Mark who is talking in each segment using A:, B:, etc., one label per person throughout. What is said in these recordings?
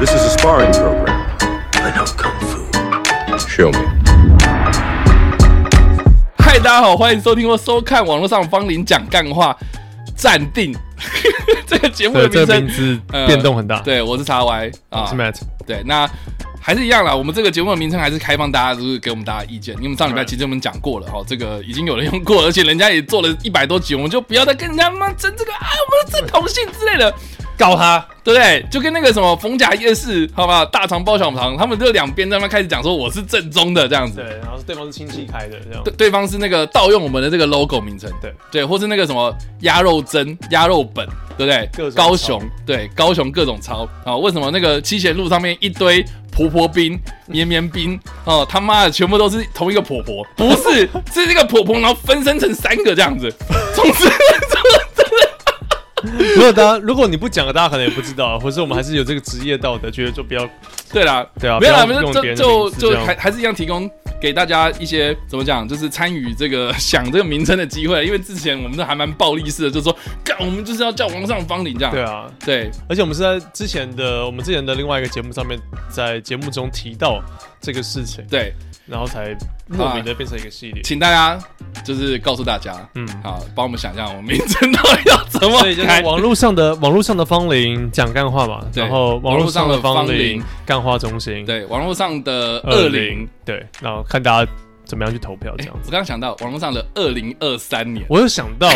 A: sparring program. I know kung fu. Show me.
B: 嗨，大家好，欢迎收听或收看网络上芳林讲干话，暂定 这个节目的
C: 对，这
B: 名
C: 个
B: 称
C: 名。字
B: 呃
C: 变动很大。，
B: 对，我是叉 Y 啊
C: 我是，Matt。
B: 对，那还是一样啦。我们这个节目的名称还是开放大家，就是给我们大家意见。因为我们上礼拜
C: Right
B: 其实我们讲过了哦哈，这个已经有人用过，而且人家也做了 一百多集，我们就不要再跟人家妈争这个啊，我们是正统性之类的，告他，对不对？就跟那个什么逢甲夜市，好吧，大肠包小肠，他们就两边在那开始讲说我是正宗的这样子
C: 对，，然后对方是亲戚开的这样
B: 对，对方是那个盗用我们的这个 logo 名称，
C: 对
B: 对，或是那个什么鸭肉蒸、鸭肉本，对不对？
C: 各种
B: 高雄，对，高雄各种超啊！为什么那个七贤路上面一堆婆婆
C: 嗯
B: 兵、绵绵兵哦，他妈的全部都是同一个婆婆？不 是，是这个婆婆，然后分身成三个这样子，总之。
C: 如果大家如果你不讲，大家可能也不知道，或者我们还是有这个职业道德，觉得就不要
B: 对啦，
C: 对啊
B: 没有啦，
C: 不要
B: 就
C: 用别
B: 就
C: 人的
B: 就
C: 名字这
B: 就
C: 样
B: 还还是一样提供给大家一些怎么讲，就是参与这个 想这个名称的机会，因为之前我们这还蛮暴力式的，就说干，我们就是要叫王上方领这样，
C: 对啊。
B: 对
C: 而且我们是在之前的我们之前的另外一个节目上面，在节目中提到这个事情，
B: 对，
C: 然后才莫
B: 啊
C: 名的变成一个系列。
B: 请大家就是告诉大家，
C: 嗯，
B: 好，帮我们想一下我们名称到底要怎么
C: 所以就是
B: 改。
C: 网络上的网络上的芳龄讲干话嘛，
B: 对
C: 然后
B: 网
C: 网
B: 络
C: 络
B: 上
C: 上
B: 的
C: 的芳
B: 芳
C: 龄
B: 龄
C: 干话中心，，
B: 对网络上的二
C: 二
B: 零
C: 零，对，然后看大家怎么样去投票这
B: 哎
C: 样
B: 我
C: 子。
B: 刚刚想到网络上的二零二三年
C: 我有想 到、欸，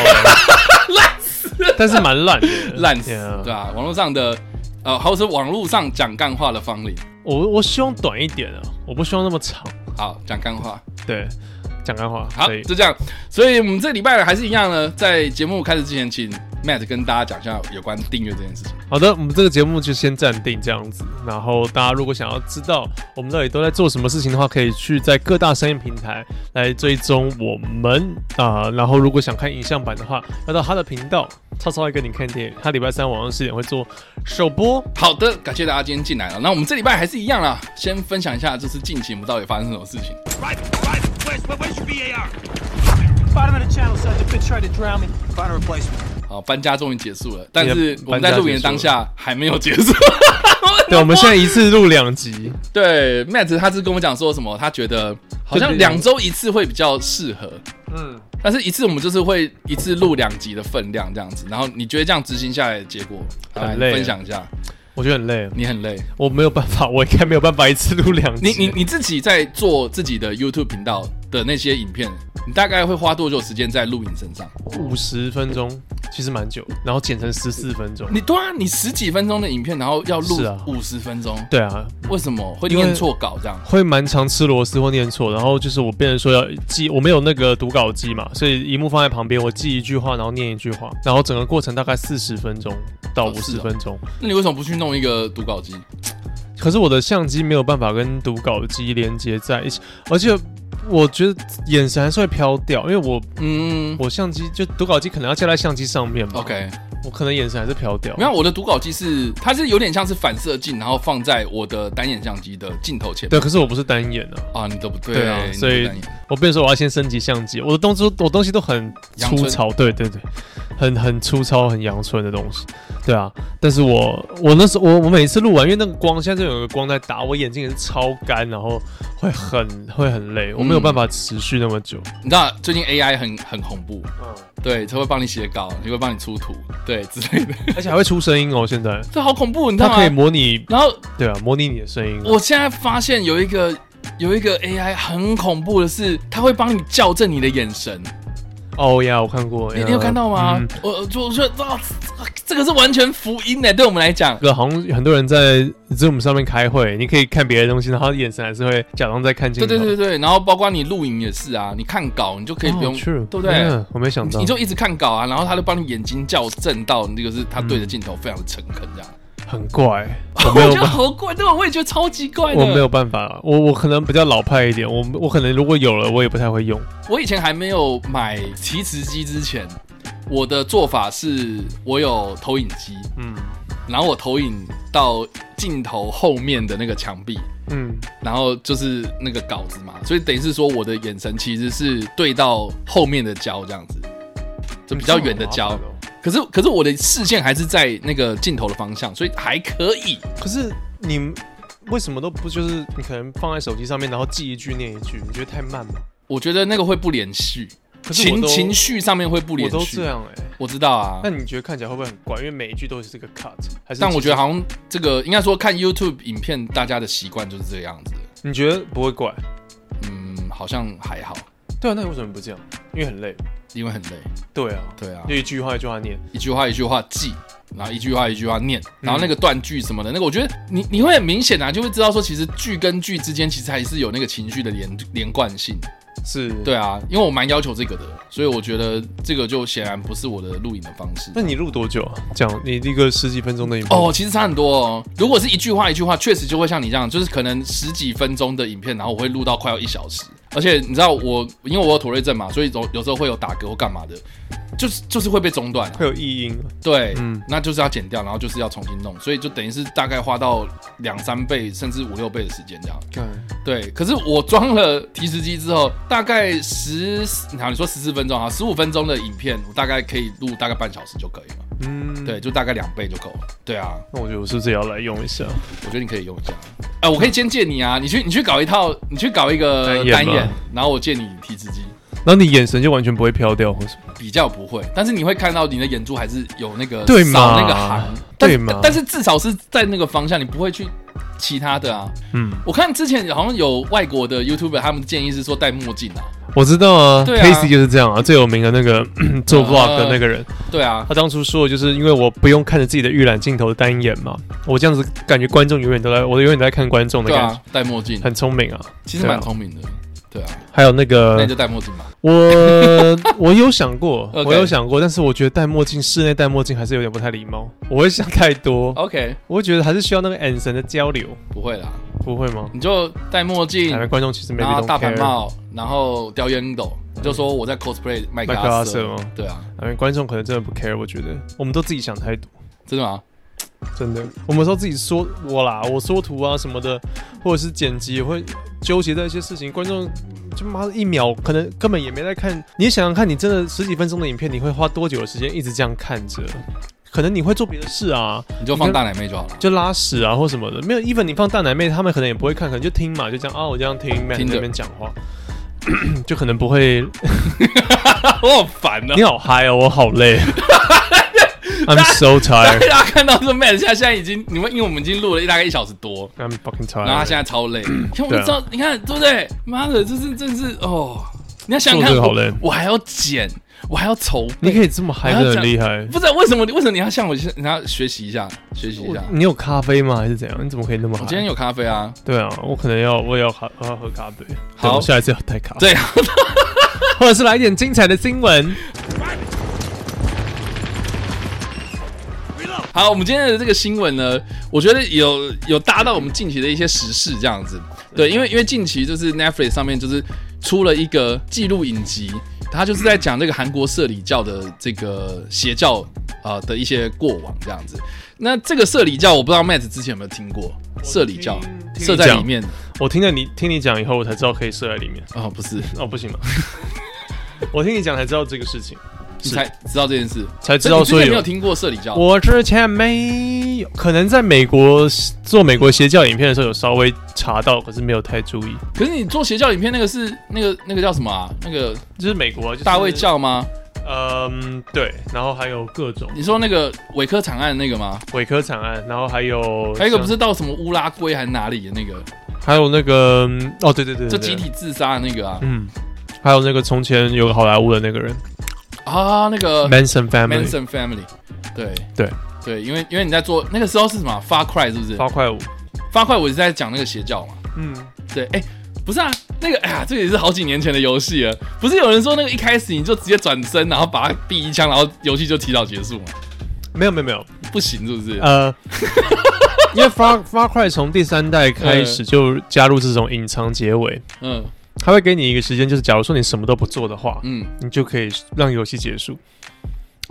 C: 但是蛮烂的，
B: 烂死
C: Yeah
B: 对吧、啊网络上的呃，还有是网络上讲干话的方领，
C: 我我希望短一点啊，我不希望那么长。
B: 好讲干话。
C: 对，讲干话，
B: 好
C: 可以，
B: 就这样。所以我们这礼拜还是一样呢，在节目开始之前，请 Matt 跟大家讲一下有关订阅这件事情。
C: 好的，我们这个节目就先暂定这样子。然后大家如果想要知道我们到底都在做什么事情的话，可以去在各大商业平台来追踪我们啊、然后如果想看影像版的话，要到他的频道“超超爱跟你看电影”，他礼拜三晚上十点会做首播。
B: 好的，感谢大家今天进来了。那我们这礼拜还是一样啦，先分享一下，就是近期我们到底发生什么事情。
D: Bottom of the channel, Sergeant. Bitch tried to drown me. Find a replacement.
B: 好，搬家终于结束了，但
C: 也
B: 是我们在
C: 搬家
B: 录影的
C: 结束了
B: 当下还没有结束。
C: 对，我们现在一次录两集，
B: 对 Matt 他是跟我讲说什么，他觉得好像两周一次会比较适合。
C: 嗯，
B: 但是一次我们就是会一次录两集的分量这样子，然后你觉得这样执行下来的结果，
C: 很
B: 来
C: 累
B: 分享一下，
C: 我觉得很累，
B: 你很累，
C: 我没有办法，我应该没有办法一次录两集。
B: 你你你自己在做自己的 YouTube 频道的那些影片，你大概会花多久时间在录影身上？
C: 五十分钟其实蛮久，然后剪成十四分钟。
B: 你对啊，你十几分钟的影片，然后要录
C: 是啊
B: 五十分钟，
C: 对啊，
B: 为什么会
C: 因为
B: 念错稿这样？
C: 会蛮常吃螺丝或念错，然后就是我变成说要记，我没有那个读稿机嘛，所以荧幕放在旁边，我记一句话，然后念一句话，然后整个过程大概四十分钟到
B: 哦
C: 五
B: 是
C: 十
B: 哦
C: 分钟。
B: 那你为什么不去弄一个读稿机？
C: 可是我的相机没有办法跟读稿机连接在一起，而且我觉得眼神还是会飘掉，因为我
B: 嗯
C: 我相机就读稿机可能要架在相机上面嘛。
B: ，OK，
C: 我可能眼神还是飘掉。
B: 没有，我的读稿机是它是有点像是反射镜，然后放在我的单眼相机的镜头前面。
C: 对，可是我不是单眼啊。
B: 啊，你都不对，
C: 对啊
B: 你，都
C: 所以
B: 单眼
C: 我变成说我要先升级相机，我的东西我东西都很
B: 阳春
C: 粗糙，对对对，很很粗糙、很阳春的东西，对啊。但是我我那时候我我每一次录完，因为那个光现在就有个光在打，我眼睛也是超干，然后会很会很累，我没有
B: 嗯
C: 办法持续那么久。
B: 你知道最近 AI 很很恐怖，对，它会帮你写稿，也会帮你出图，对之类 的，
C: 而且还会出声音哦，现在
B: 这好恐怖，你知道
C: 它
B: 吗？
C: 可以模拟，
B: 然后
C: 对啊，模拟你的声音。
B: 我现在发现有一个有一个 AI 很恐怖的是，它会帮你校正你的眼神，
C: 哦呀，我看过，
B: 你
C: 呀
B: 你有看到吗？
C: 嗯
B: 我我就我觉得哇，这个是完全福音欸呢，对我们来讲。
C: 这个好像很多人在 Zoom 上面开会，你可以看别的东西，然后眼神还是会假装在看镜
B: 对
C: 头。
B: 对对对，然后包括你录影也是啊，你看稿你就可以不用，
C: 哦 true，
B: 对不对？
C: 嗯我没想
B: 你
C: 到，
B: 你就一直看稿啊，然后他就帮你眼睛校正到，那个是他对着镜头非常的诚恳这样。
C: 很 怪，我
B: 我
C: 没有
B: 觉得
C: 办，
B: 好怪，对，我也觉得超级怪的。
C: 我没有办法，我我可能比较老派一点，我我可能如果有了，我也不太会用。
B: 我以前还没有买提词机之前，我的做法是我有投影机，
C: 嗯
B: 然后我投影到镜头后面的那个墙壁，
C: 嗯，
B: 然后就是那个稿子嘛，所以等于是说我的眼神其实是对到后面的焦这样子，就比
C: 嗯
B: 较远的焦。可是可是我的视线还是在那个镜头的方向，所以还可以。
C: 可是你为什么都不就是你可能放在手机上面，然后记一句念一句，你觉得太慢吗？
B: 我觉得那个会不连续，
C: 可是我
B: 情
C: 都
B: 情绪上面会不
C: 我
B: 连
C: 都
B: 续。
C: 这样哎、
B: 我知道啊
C: 那，你觉得看起来会不会很怪？因为每一句都是这个 cut，还是？
B: 但我觉得好像这个应该说看 YouTube 影片，大家的习惯就是这个样子的。
C: 你觉得不会怪？
B: 嗯，好像还好，
C: 对啊，那你为什么不这样？因为很累。
B: 因为很累。
C: 对啊，
B: 对啊
C: 就，一句话一句话念。
B: 一句话一句话记，然后一句话一句话
C: 嗯
B: 念，然后那个断句什么的，那个我觉得你你会很明显啊，就会知道说其实句跟句之间其实还是有那个情绪的连连贯性。
C: 是，
B: 对。啊，因为我蛮要求这个的，所以我觉得这个就显然不是我的录影的方式。
C: 那你录多久啊？讲你一个十几分钟的影片。
B: 哦，，其实差很多哦。如果是一句话一句话，确实就会像你这样，就是可能十几分钟的影片，然后我会录到快要一小时。而且你知道我，因为我有妥瑞症嘛，所以有有时候会有打嗝或干嘛的，就是就是会被中断、啊
C: 会有异音。
B: 对，
C: 嗯
B: 那就是要剪掉，然后就是要重新弄，所以就等于是大概花到两三倍甚至五六倍的时间这样。
C: 干，
B: 对，可是我装了提示机之后，大概十，好，你说十四分钟啊，十五分钟的影片，我大概可以录大概半小时就可以了。
C: 嗯，
B: 对，。就大概两倍就够了。对啊，
C: 那我觉得我是不是也要来用一下？
B: 我觉得你可以用一下。哎、我可以先借你啊，你去你去搞一套，你去搞一个
C: 单眼
B: 单
C: 吗
B: 眼，然后我借你提示机，
C: 然后你眼神就完全不会飘掉，或什么？
B: 比较不会，但是你会看到你的眼珠还是有那个
C: 对嘛
B: 扫那个行，但
C: 对嘛
B: 但是至少是在那个方向，你不会去其他的啊。
C: 嗯，
B: 我看之前好像有外国的 YouTuber，他们建议是说戴墨镜啊，
C: 我知道啊
B: 对啊
C: c a s e y 就是这样啊，最有名的那个 做
B: 呃
C: vlog 的那个人，
B: 对啊，
C: 他当初说的就是因为我不用看着自己的预览镜头单眼嘛，我这样子感觉观众永远都在，我永远都在看观众的
B: 对
C: 感觉，
B: 啊，戴墨镜
C: 很聪明啊。
B: 其实
C: 对啊
B: 蛮聪明的，对啊，
C: 还有那
B: 那
C: 个
B: 你就，戴墨镜吧。
C: 我 我有想过，
B: OK
C: 我有想过，但是我觉得戴墨镜，室内戴墨镜还是有点不太礼貌，我会想太多，
B: OK，
C: 我会觉得还是需要那个眼神的交流，
B: 不会啦，
C: 不会吗？
B: 你就戴墨镜
C: 台，湾观众其实没
B: 然后
C: y
B: 大盘，帽，然后叼烟斗，你就说我在 cosplay 麦克
C: 麦克阿
B: 阿
C: 瑟
B: 瑟
C: 吗，
B: 对啊，
C: 台湾观众可能真的不 care，我觉得我们都自己想太多。
B: 真的吗？
C: 真的，我们说自己说我啦，我说图啊什么的，或者是剪辑，也会纠结在一些事情。观众就妈的一秒，可能根本也没在看。你想想看，你真的十几分钟的影片，你会花多久的时间一直这样看着？可能你会做别的事啊，
B: 你就放大奶妹就好了。
C: 就拉屎啊或什么的。没有，even 你放大奶妹，他们可能也不会看，可能就听嘛，就这样啊，我这样听 m a
B: 听着
C: 那边讲话， 就可能不会。
B: 我好烦哦
C: 你好嗨哦，我好 累，I'm so
B: 大
C: tired，I'm
B: 家看到说 Matt 现在现在已经，你们因为我们已经录了大概一小时多，
C: fucking
B: 然后他
C: tired
B: 现。在超累，
C: 啊
B: 看我就知道，你看对不对？妈的，这是真是哦！你要想想
C: 做这
B: 看，
C: 个好累
B: 我我还要剪，我还要筹备，
C: 你可以这么嗨，
B: 我要
C: 真的很
B: 讲
C: 厉害。
B: 不知道为什么？为什么你要向我你要学习一下，学习一下
C: 我？你有咖啡吗？还是怎样？你怎么可以那么
B: 我
C: 嗨？
B: 今天有咖啡啊，
C: 对啊，我可能要我也要喝我要喝咖啡。
B: 好
C: 对我下一次要带咖啡，
B: 对啊，
C: 或者是来一点精彩的新闻。
B: 好，我们今天的这个新闻呢，我觉得有有搭到我们近期的一些时事这样子。对，因为因为近期就是 Netflix 上面就是出了一个纪录影集，它就是在讲这个韩国社里教的这个邪教啊、呃的一些过往这样子。那这个社里教，我不知道 Matt 之前有没有听过社里教
C: 听嗯听你
B: 社在里
C: 讲
B: 面
C: 我听了你听你讲以后，我才知道可以射在里面。
B: 哦，不是，
C: 哦，不行 吗？我听你讲才知道这个事情，
B: 你
C: 是
B: 才知道这件事，
C: 才知道
B: 所
C: 说
B: 以你之前没有
C: 有。
B: 听过社里教。
C: 我之前没有，可能在美国做美国邪教影片的时候有稍微查到，可是没有太注意。
B: 可是你做邪教影片那个是那个那个叫什么啊？那个
C: 就是美国、啊就是、
B: 大卫，教吗？
C: 嗯，对，然后还有各种
B: 你说那个伪科惨案那个吗？
C: 伪科惨案，然后还有
B: 还有一个不
C: 像
B: 是到什么乌拉圭还是哪里的那个，
C: 还有那个嗯哦，对对对，
B: 就
C: 对
B: 集，体自杀的那 个啊
C: 对嗯，还有那个从前有个好莱坞的那个人
B: 啊，那个
C: ，Manson Family，
B: Manson Family，对
C: 对，
B: 对，因为因为你在做那个时候是什么啊发快是不是？
C: 八块五，
B: 发快我是在讲那个邪教嘛，
C: 嗯，
B: 对，哎、不是啊，那个哎呀，这个也是好几年前的游戏了，不是有人说那个一开始你就直接转身，然后把他毙一枪，然后游戏就提早结束嘛？
C: 没有没有没有，
B: 不行是不是？
C: 呃， 因为发发块从第三代开
B: 呃
C: 始就加入这种隐藏结尾，
B: 嗯
C: 他会给你一个时间，就是假如说你什么都不做的话，
B: 嗯，
C: 你就可以让游戏结束。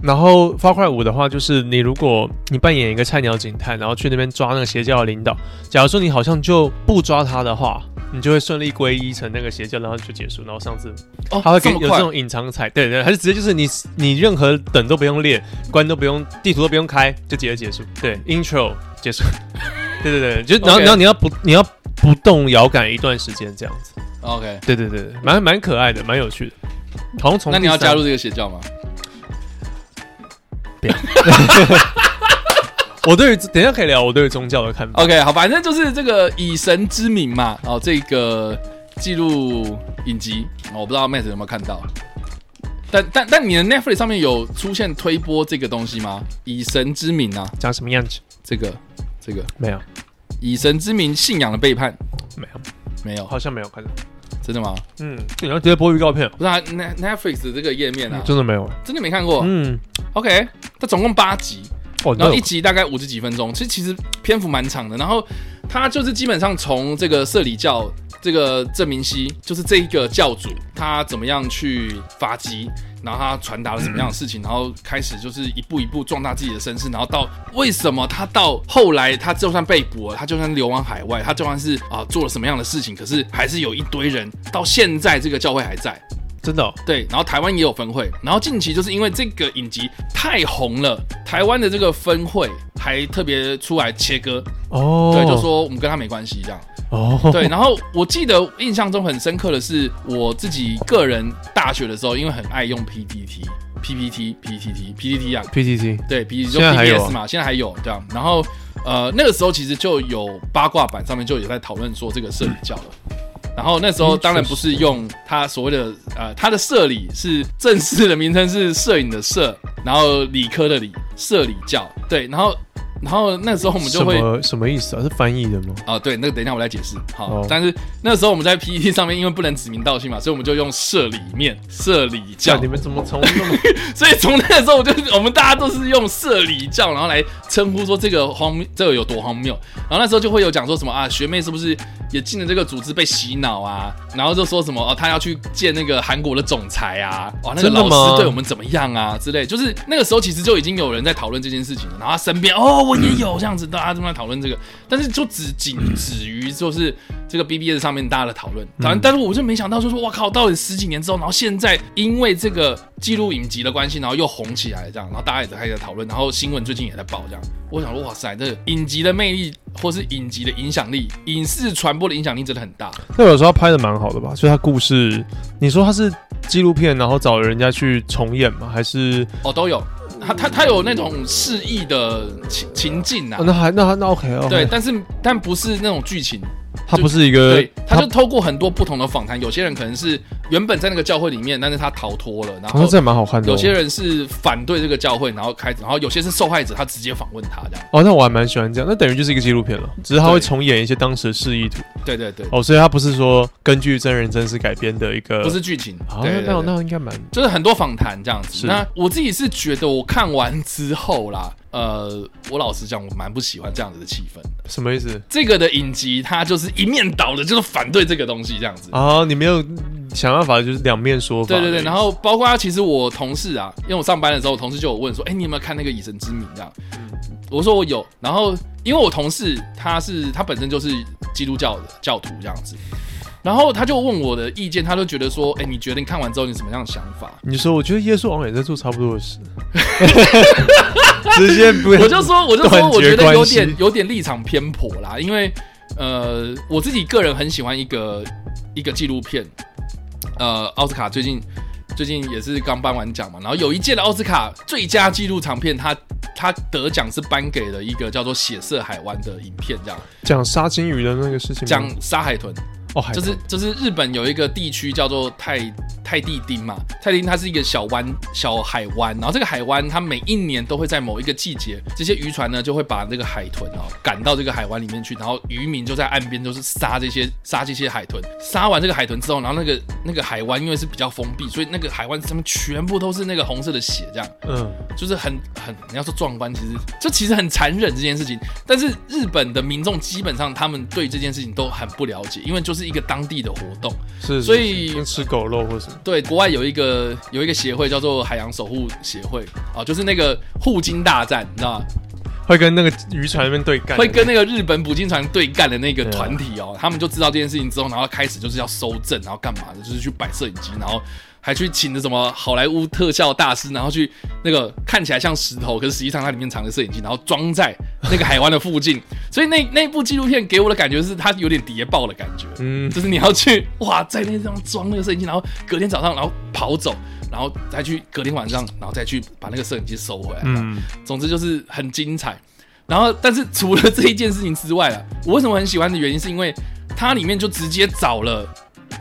C: 然后《发块五》的话，就是你如果你扮演一个菜鸟警探，然后去那边抓那个邪教的领导，假如说你好像就不抓他的话，你就会顺利皈依成那个邪教，然后就结束。然后上次
B: 哦，
C: 他会给
B: 这
C: 你
B: 么
C: 有
B: 快
C: 这种隐藏彩，对对，还是直接就是你你任何等都不用练，关都不用，地图都不用开，就直接结束。对，intro 结束。对对对，就然
B: 嗯
C: 后
B: OK
C: 然后你要不你要不动摇杆一段时间这样子。
B: OK，
C: 对对对，对蛮蛮可爱的，蛮有趣的。好像从
B: 那你要
C: 第三
B: 加入这个邪教吗？
C: 我对于等一下可以聊我对于宗教的看法。
B: OK，好，反正就是这个以神之名嘛，哦，这个记录影集，哦我不知道 Matt 有没有看到，啊但但但你的 Netflix 上面有出现推播这个东西吗？以神之名啊，
C: 长什么样子？
B: 这个这个
C: 没有
B: 以神之名信仰的背叛
C: 没有，
B: 没有？
C: 好像没有看到。
B: 真的吗？
C: 嗯，你要直接播预告片，
B: 不是啊，Net-，Netflix 的这个页面啊，
C: 真的没有。
B: 真的没看过。
C: 嗯，
B: OK，它总共八集，
C: 哦，
B: 然
C: 那
B: 后一集大概五十几分钟，其实其实篇幅蛮长的。然后他就是基本上从这个社里教这个郑明熙，就是这一个教主，他怎么样去发迹，然后他传达了什么样的事情，然后开始就是一步一步壮大自己的身世，然后到为什么他到后来他就算被捕了，他就算流亡海外，他就算是啊、做了什么样的事情，可是还是有一堆人到现在这个教会还在。
C: 真的哦
B: 对，然后台湾也有分会，然后近期就是因为这个影集太红了，台湾的这个分会还特别出来切割，
C: 哦，
B: 对，就说我们跟他没关系这样。
C: 哦，
B: 对，然后我记得印象中很深刻的是，我自己个人大学的时候，因为很爱用 PPT、PPT、PPT、PPT 啊，
C: PTT
B: 对，PPT 就
C: 现在还有
B: PPS 嘛，现在还有对啊。然后呃，那个时候其实就有八卦版上面就有在讨论说这个社里教了。然后那时
C: 嗯
B: 候当然不是用他所谓的呃，他的社里是正式的名称是摄影的摄，然后理科的理，社里教对，然后然后那时候我们
C: 什
B: 就会
C: 么什么意思啊？是翻译的吗？
B: 哦，对，那个等一下我来解释。好，
C: 哦
B: 但是那时候我们在 PPT 上面，因为不能指名道姓嘛，所以我们就用社里面、社里教
C: 啊，你们怎么从那么
B: 所以从那个时候，我就我们大家都是用社里教，然后来称呼说这个荒这个有多荒谬。然后那时候就会有讲说什么啊，学妹是不是也进了这个组织被洗脑啊？然后就说什么哦、她要去见那个韩国的总裁啊，哇，那个
C: 真的
B: 老
C: 吗
B: 师对我们怎么样啊之类。就是那个时候其实就已经有人在讨论这件事情了，然后她身边哦我也有这样子，大家都在讨论这个，但是就只仅止于就是这个 BBS 上面大家的讨论。反正，但是我就没想到，就说哇靠，到底十几年之后，然后现在因为这个记录影集的关系，然后又红起来这样，然后大家也在开始讨论，然后新闻最近也在报这样。我想说，哇塞，这个影集的魅力，或是影集的影响力，影视传播的影响力真的很大。
C: 那有时候拍的蛮好的吧，所以他故事，你说他是纪录片，然后找人家去重演吗？还是、
B: 哦，都有，它它它有那种示意的情情境啊
C: 哦、，那还那还那 OK 哦，
B: 对，但是但不是那种剧情，
C: 他不是一个
B: 对，，他就透过很多不同的访谈，有些人可能是原本在那个教会里面，但是他逃脱了，然
C: 好像
B: 后
C: 这。也蛮好看的、哦。
B: 有些人是反对这个教会，然后开，然后有些是受害者，他直接访问他这样。
C: 哦，那我还蛮喜欢这样，那等于就是一个纪录片了，只是他
B: 对
C: 会重演一些当时的示意图
B: 对对对，
C: 哦，所以他不是说根据真人真事改编的一个，
B: 不是剧情。
C: 啊，
B: 对对对
C: 那那应该蛮
B: 就是很多访谈这样子。
C: 是
B: 那我自己是觉得，我看完之后啦，呃，我老实讲，我蛮不喜欢这样子的气氛。
C: 什么意思
B: 这个的影集，它就是一面倒的，就是反对这个东西这样子。
C: 啊？你没有想办法就是两面说法
B: 对
C: 的意
B: 对
C: 思，
B: 对，然后包括其实我同事啊，因为我上班的时候，我同事就有问说，哎、你有没有看那个《以神之名》这样？我说我有，然后因为我同事他是他本身就是基督教的教徒这样子，然后他就问我的意见，他就觉得说，哎、你觉得你看完之后你什么样的想法？
C: 你说，我觉得耶稣好像也在做差不多 的事，直接 不要，
B: 我就说，我就说，
C: 断
B: 我觉
C: 绝
B: 得有
C: 关系
B: 点有点立场偏颇啦，因为呃，我自己个人很喜欢一个一个纪录片，呃，奥斯卡最近最近也是刚颁完奖嘛，然后有一届的奥斯卡最佳纪录长片，它它得奖是颁给了一个叫做《血色海湾》的影片，这样
C: 讲杀金鱼的那个事情吗，
B: 讲杀海豚，
C: 哦，海
B: 就是就是日本有一个地区叫做泰泰地町嘛，泰地町它是一个小湾小海湾，然后这个海湾它每一年都会在某一个季节，这些渔船呢就会把这个海豚哦赶到这个海湾里面去，然后渔民就在岸边就是杀这些杀这些海豚，杀完这个海豚之后，然后那个那个海湾因为是比较封闭，所以那个海湾上面全部都是那个红色的血这样。
C: 嗯，
B: 就是很很，你要说壮观，其实这其实很残忍这件事情。但是日本的民众基本上他们对这件事情都很不了解，因为就是一个当地的活动。
C: 是，
B: 所以
C: 是跟吃狗肉或什么，
B: 对，国外有一个有一个协会叫做海洋守护协会啊，就是那个护鲸大战，你知道吗？
C: 会跟那个渔船那边对干，
B: 会跟那个日本捕鲸船对干的那个团体哦，他们就知道这件事情之后，然后开始就是要搜证，然后干嘛的，就是去摆摄影机，然后还去请的什么好莱坞特效大师，然后去那个看起来像石头，可是实际上它里面藏着摄影机，然后装在那个海湾的附近，所以那 那部纪录片给我的感觉是它有点谍报的感觉，
C: 嗯
B: 嗯，就是你要去哇在那地方装那个摄影机，然后隔天早上然后跑走，然后再去隔天晚上，然后再去把那个摄影机收回来，
C: 嗯，
B: 总之就是很精彩。然后，但是除了这一件事情之外啊，我为什么很喜欢的原因，是因为它里面就直接找了，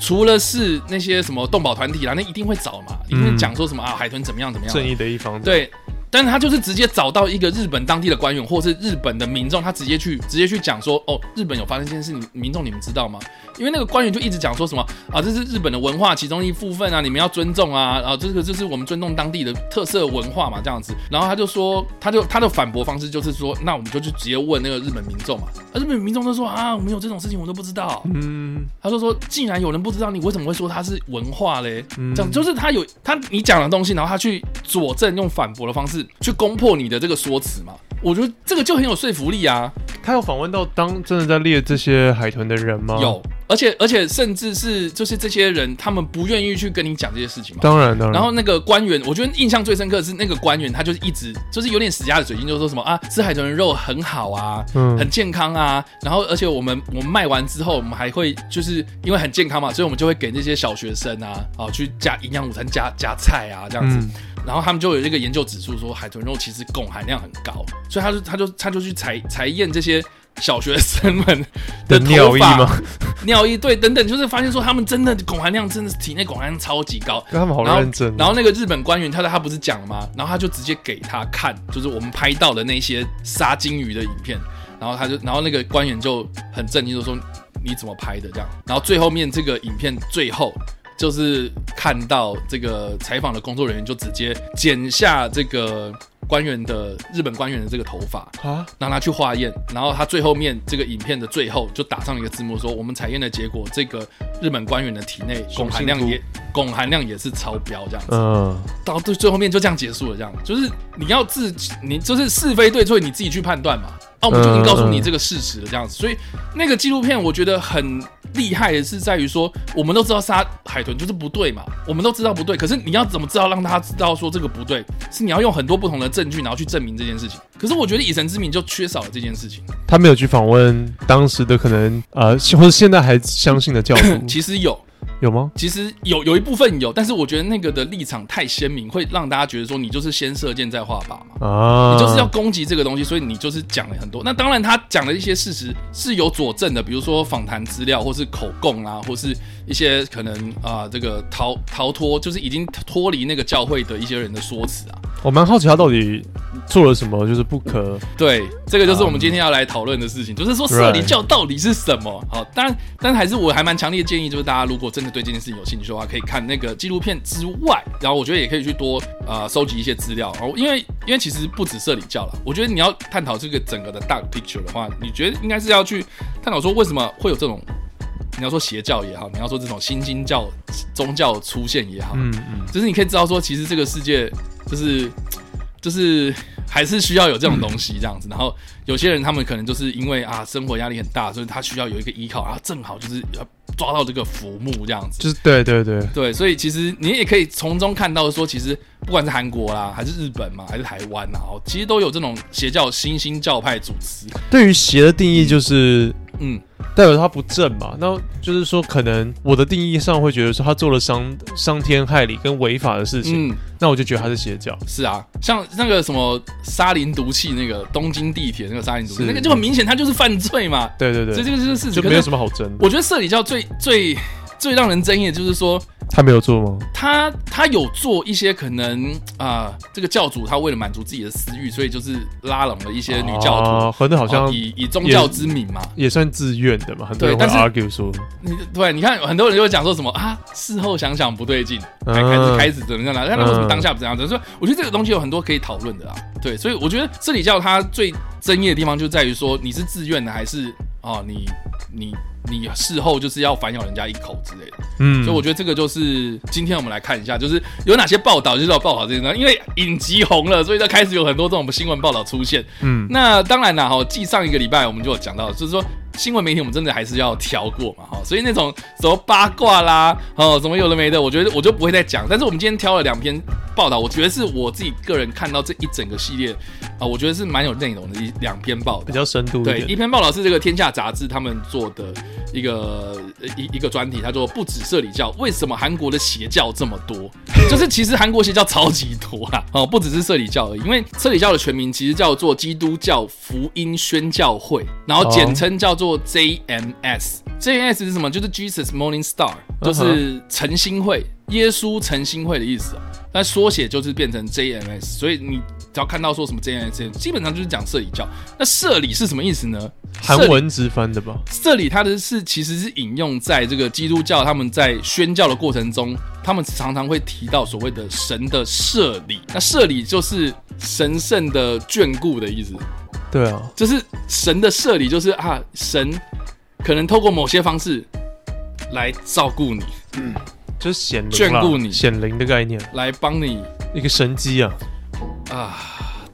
B: 除了是那些什么动保团体啦，那一定会找嘛，一定会讲说什么啊，海豚怎么样怎么样啊，
C: 嗯正义的一方，，
B: 对，但是他就是直接找到一个日本当地的官员或是日本的民众，他直接去直接去讲说，哦，日本有发生这件事，你民众你们知道吗？因为那个官员就一直讲说什么啊，这是日本的文化其中一部分啊，你们要尊重啊，然后这个就是我们尊重当地的特色文化嘛，这样子。然后他就说，他就他的反驳方式就是说，那我们就去直接问那个日本民众嘛，啊，日本民众都说啊，我们有这种事情我都不知道，
C: 嗯，
B: 他就说，既然有人不知道，你为什么会说它是文化嘞？
C: 嗯
B: 这样就是他有他你讲的东西，然后他去佐证，用反驳的方式去攻破你的这个说辞嘛。我觉得这个就很有说服力啊。
C: 他有访问到当真的在猎这些海豚的人吗？
B: 有，，而且而且甚至是就是这些人，他们不愿意去跟你讲这些事情嘛。
C: 当然当然，
B: 然后那个官员，我觉得印象最深刻的是那个官员，他就是一直就是有点死鸭子嘴硬，就说什么啊，吃海豚的肉很好啊，
C: 嗯
B: 很健康啊。然后而且我们我们卖完之后，我们还会就是因为很健康嘛，所以我们就会给那些小学生啊，啊去加营养午餐加加菜啊这样子。
C: 嗯
B: 然后他们就有这个研究指数说，海豚肉其实汞含量很高，所以他就他就他就去采采验这些小学生们
C: 的
B: 头
C: 尿意
B: 发
C: 吗？
B: 尿液对等等，就是发现说他们真的汞含量真的是体内汞含量超级高，
C: 他们好
B: 然后
C: 认真哦
B: 然后那个日本官员他他不是讲了吗？然后他就直接给他看，就是我们拍到的那些杀金鱼的影片，然后他就然后那个官员就很震惊，就说你怎么拍的这样？然后最后面这个影片最后。就是看到这个采访的工作人员就直接剪下这个官员的日本官员的这个头发，
C: 啊，
B: 让他去化验，然后他最后面这个影片的最后就打上一个字幕说，我们采验的结果，这个日本官员的体内汞含量也汞含量也是超标这样子，
C: 嗯，
B: 到最最后面就这样结束了，这样就是你要自己你就是是非对错你自己去判断嘛，那、我们就已经告诉你这个事实了这样子，所以那个纪录片我觉得很厉害的是在于说，我们都知道杀海豚就是不对嘛，我们都知道不对，可是你要怎么知道让他知道说这个不对，是你要用很多不同的证据然后去证明这件事情，可是我觉得以神之名就缺少了这件事情。，
C: 他没有去访问当时的可能呃，或者现在还相信的教 徒
B: 其实有，
C: 有吗？
B: 其实有有一部分有，但是我觉得那个的立场太鲜明，会让大家觉得说你就是先射箭再画靶嘛。
C: 啊，
B: 你就是要攻击这个东西，所以你就是讲了很多。那当然，他讲的一些事实是有佐证的，比如说访谈资料，或是口供啊，或是一些可能啊、这个逃逃脱，就是已经脱离那个教会的一些人的说辞啊。
C: 我蛮好奇他到底做了什么，就是不可
B: 对，这个就是我们今天要来讨论的事情，就是说社里教到底是什么。好，但但还是我还蛮强烈建议，就是大家如果真的对这件事情有兴趣的话，可以看那个纪录片之外，然后我觉得也可以去多呃收集一些资料。然后因为因为其实不止社里教了，我觉得你要探讨这个整个的大 picture 的话，你觉得应该是要去探讨说为什么会有这种。你要说邪教也好，你要说这种新兴教宗教出现也好，
C: 嗯嗯，
B: 就是你可以知道说，其实这个世界就是就是还是需要有这种东西这样子。然后有些人他们可能就是因为啊生活压力很大，所以他需要有一个依靠，然后正好就是要抓到这个浮木这样子。
C: 就是对对对，
B: 对，所以其实你也可以从中看到说，其实不管是韩国啦，还是日本嘛，还是台湾啦，哦，其实都有这种邪教新兴教派组织。
C: 对于邪的定义就是。
B: 嗯，
C: 代表他不正嘛？那就是说，可能我的定义上会觉得说他做了伤伤天害理跟违法的事情，
B: 嗯，
C: 那我就觉得他是邪教。
B: 是啊，像那个什么沙林毒气，那个东京地铁那个沙林毒气，
C: 是
B: 那个就很明显，他就是犯罪嘛。
C: 对对
B: 所以
C: 对，
B: 这个就是事实，
C: 就
B: 可
C: 没
B: 是
C: 有什么好争的。
B: 我觉得社里教最最最让人争议的就是说，
C: 他没有做吗？
B: 他他有做一些可能啊、这个教主他为了满足自己的私欲，所以就是拉拢了一些女教徒，
C: 啊，和那好像
B: 哦以以宗教之名嘛。
C: 也算自愿的嘛。很多人会
B: 对但是
C: argue 说，
B: 你对，你看很多人就会讲说什么啊，事后想想不对劲，
C: 嗯
B: 开开始开始怎么样啦？但他为什么
C: 嗯
B: 当下不这样子？所以我觉得这个东西有很多可以讨论的啦。对，所以我觉得这里教他最争议的地方就在于说，你是自愿的还是哦，你你你事后就是要反咬人家一口之类的。
C: 嗯，
B: 所以我觉得这个就是今天我们来看一下，就是有哪些报道就是要报道这些呢？因为影集红了，所以就开始有很多这种新闻报道出现。
C: 嗯
B: 那当然啦，哈，继上一个礼拜我们就有讲到，就是说新闻媒体我们真的还是要调过嘛，哈，所以那种什么八卦啦，哦，什么有的没的，我觉得我就不会再讲。但是我们今天挑了两篇报道，我觉得是我自己个人看到这一整个系列啊，我觉得是蛮有内容的一两篇报道
C: 比。较深度一
B: 对，
C: 点。
B: 一篇报道是这个《天下》杂志他们做的一个一一个专题，他说不止社里教，为什么韩国的邪教这么多？ 就是其实韩国邪教超级多啦， 哦，不只是社里教而已，因为社里教的全名其实叫做基督教福音宣教会，然
C: 哦
B: 后简称叫做 JMS。JMS 是什么？就是 Jesus Morning Star，就是
C: 嗯
B: 晨星会，耶稣晨星会的意思、哦。那缩写就是变成 JMS，所以你只要看到说什么 JMS，基本上就是讲社里教。那社里是什么意思呢？
C: 韩
B: 社里
C: 文直翻的吧？
B: 这里它的是其实是引用在这个基督教他们在宣教的过程中，他们常常会提到所谓的神的赦礼。那赦礼就是神圣的眷顾的意思，
C: 对啊，
B: 就是神的赦礼，就是啊，神可能透过某些方式来照顾你，
C: 就是显灵
B: 眷
C: 啦
B: 顾你
C: 显灵的概念，
B: 来帮你
C: 一个神机啊，
B: 啊，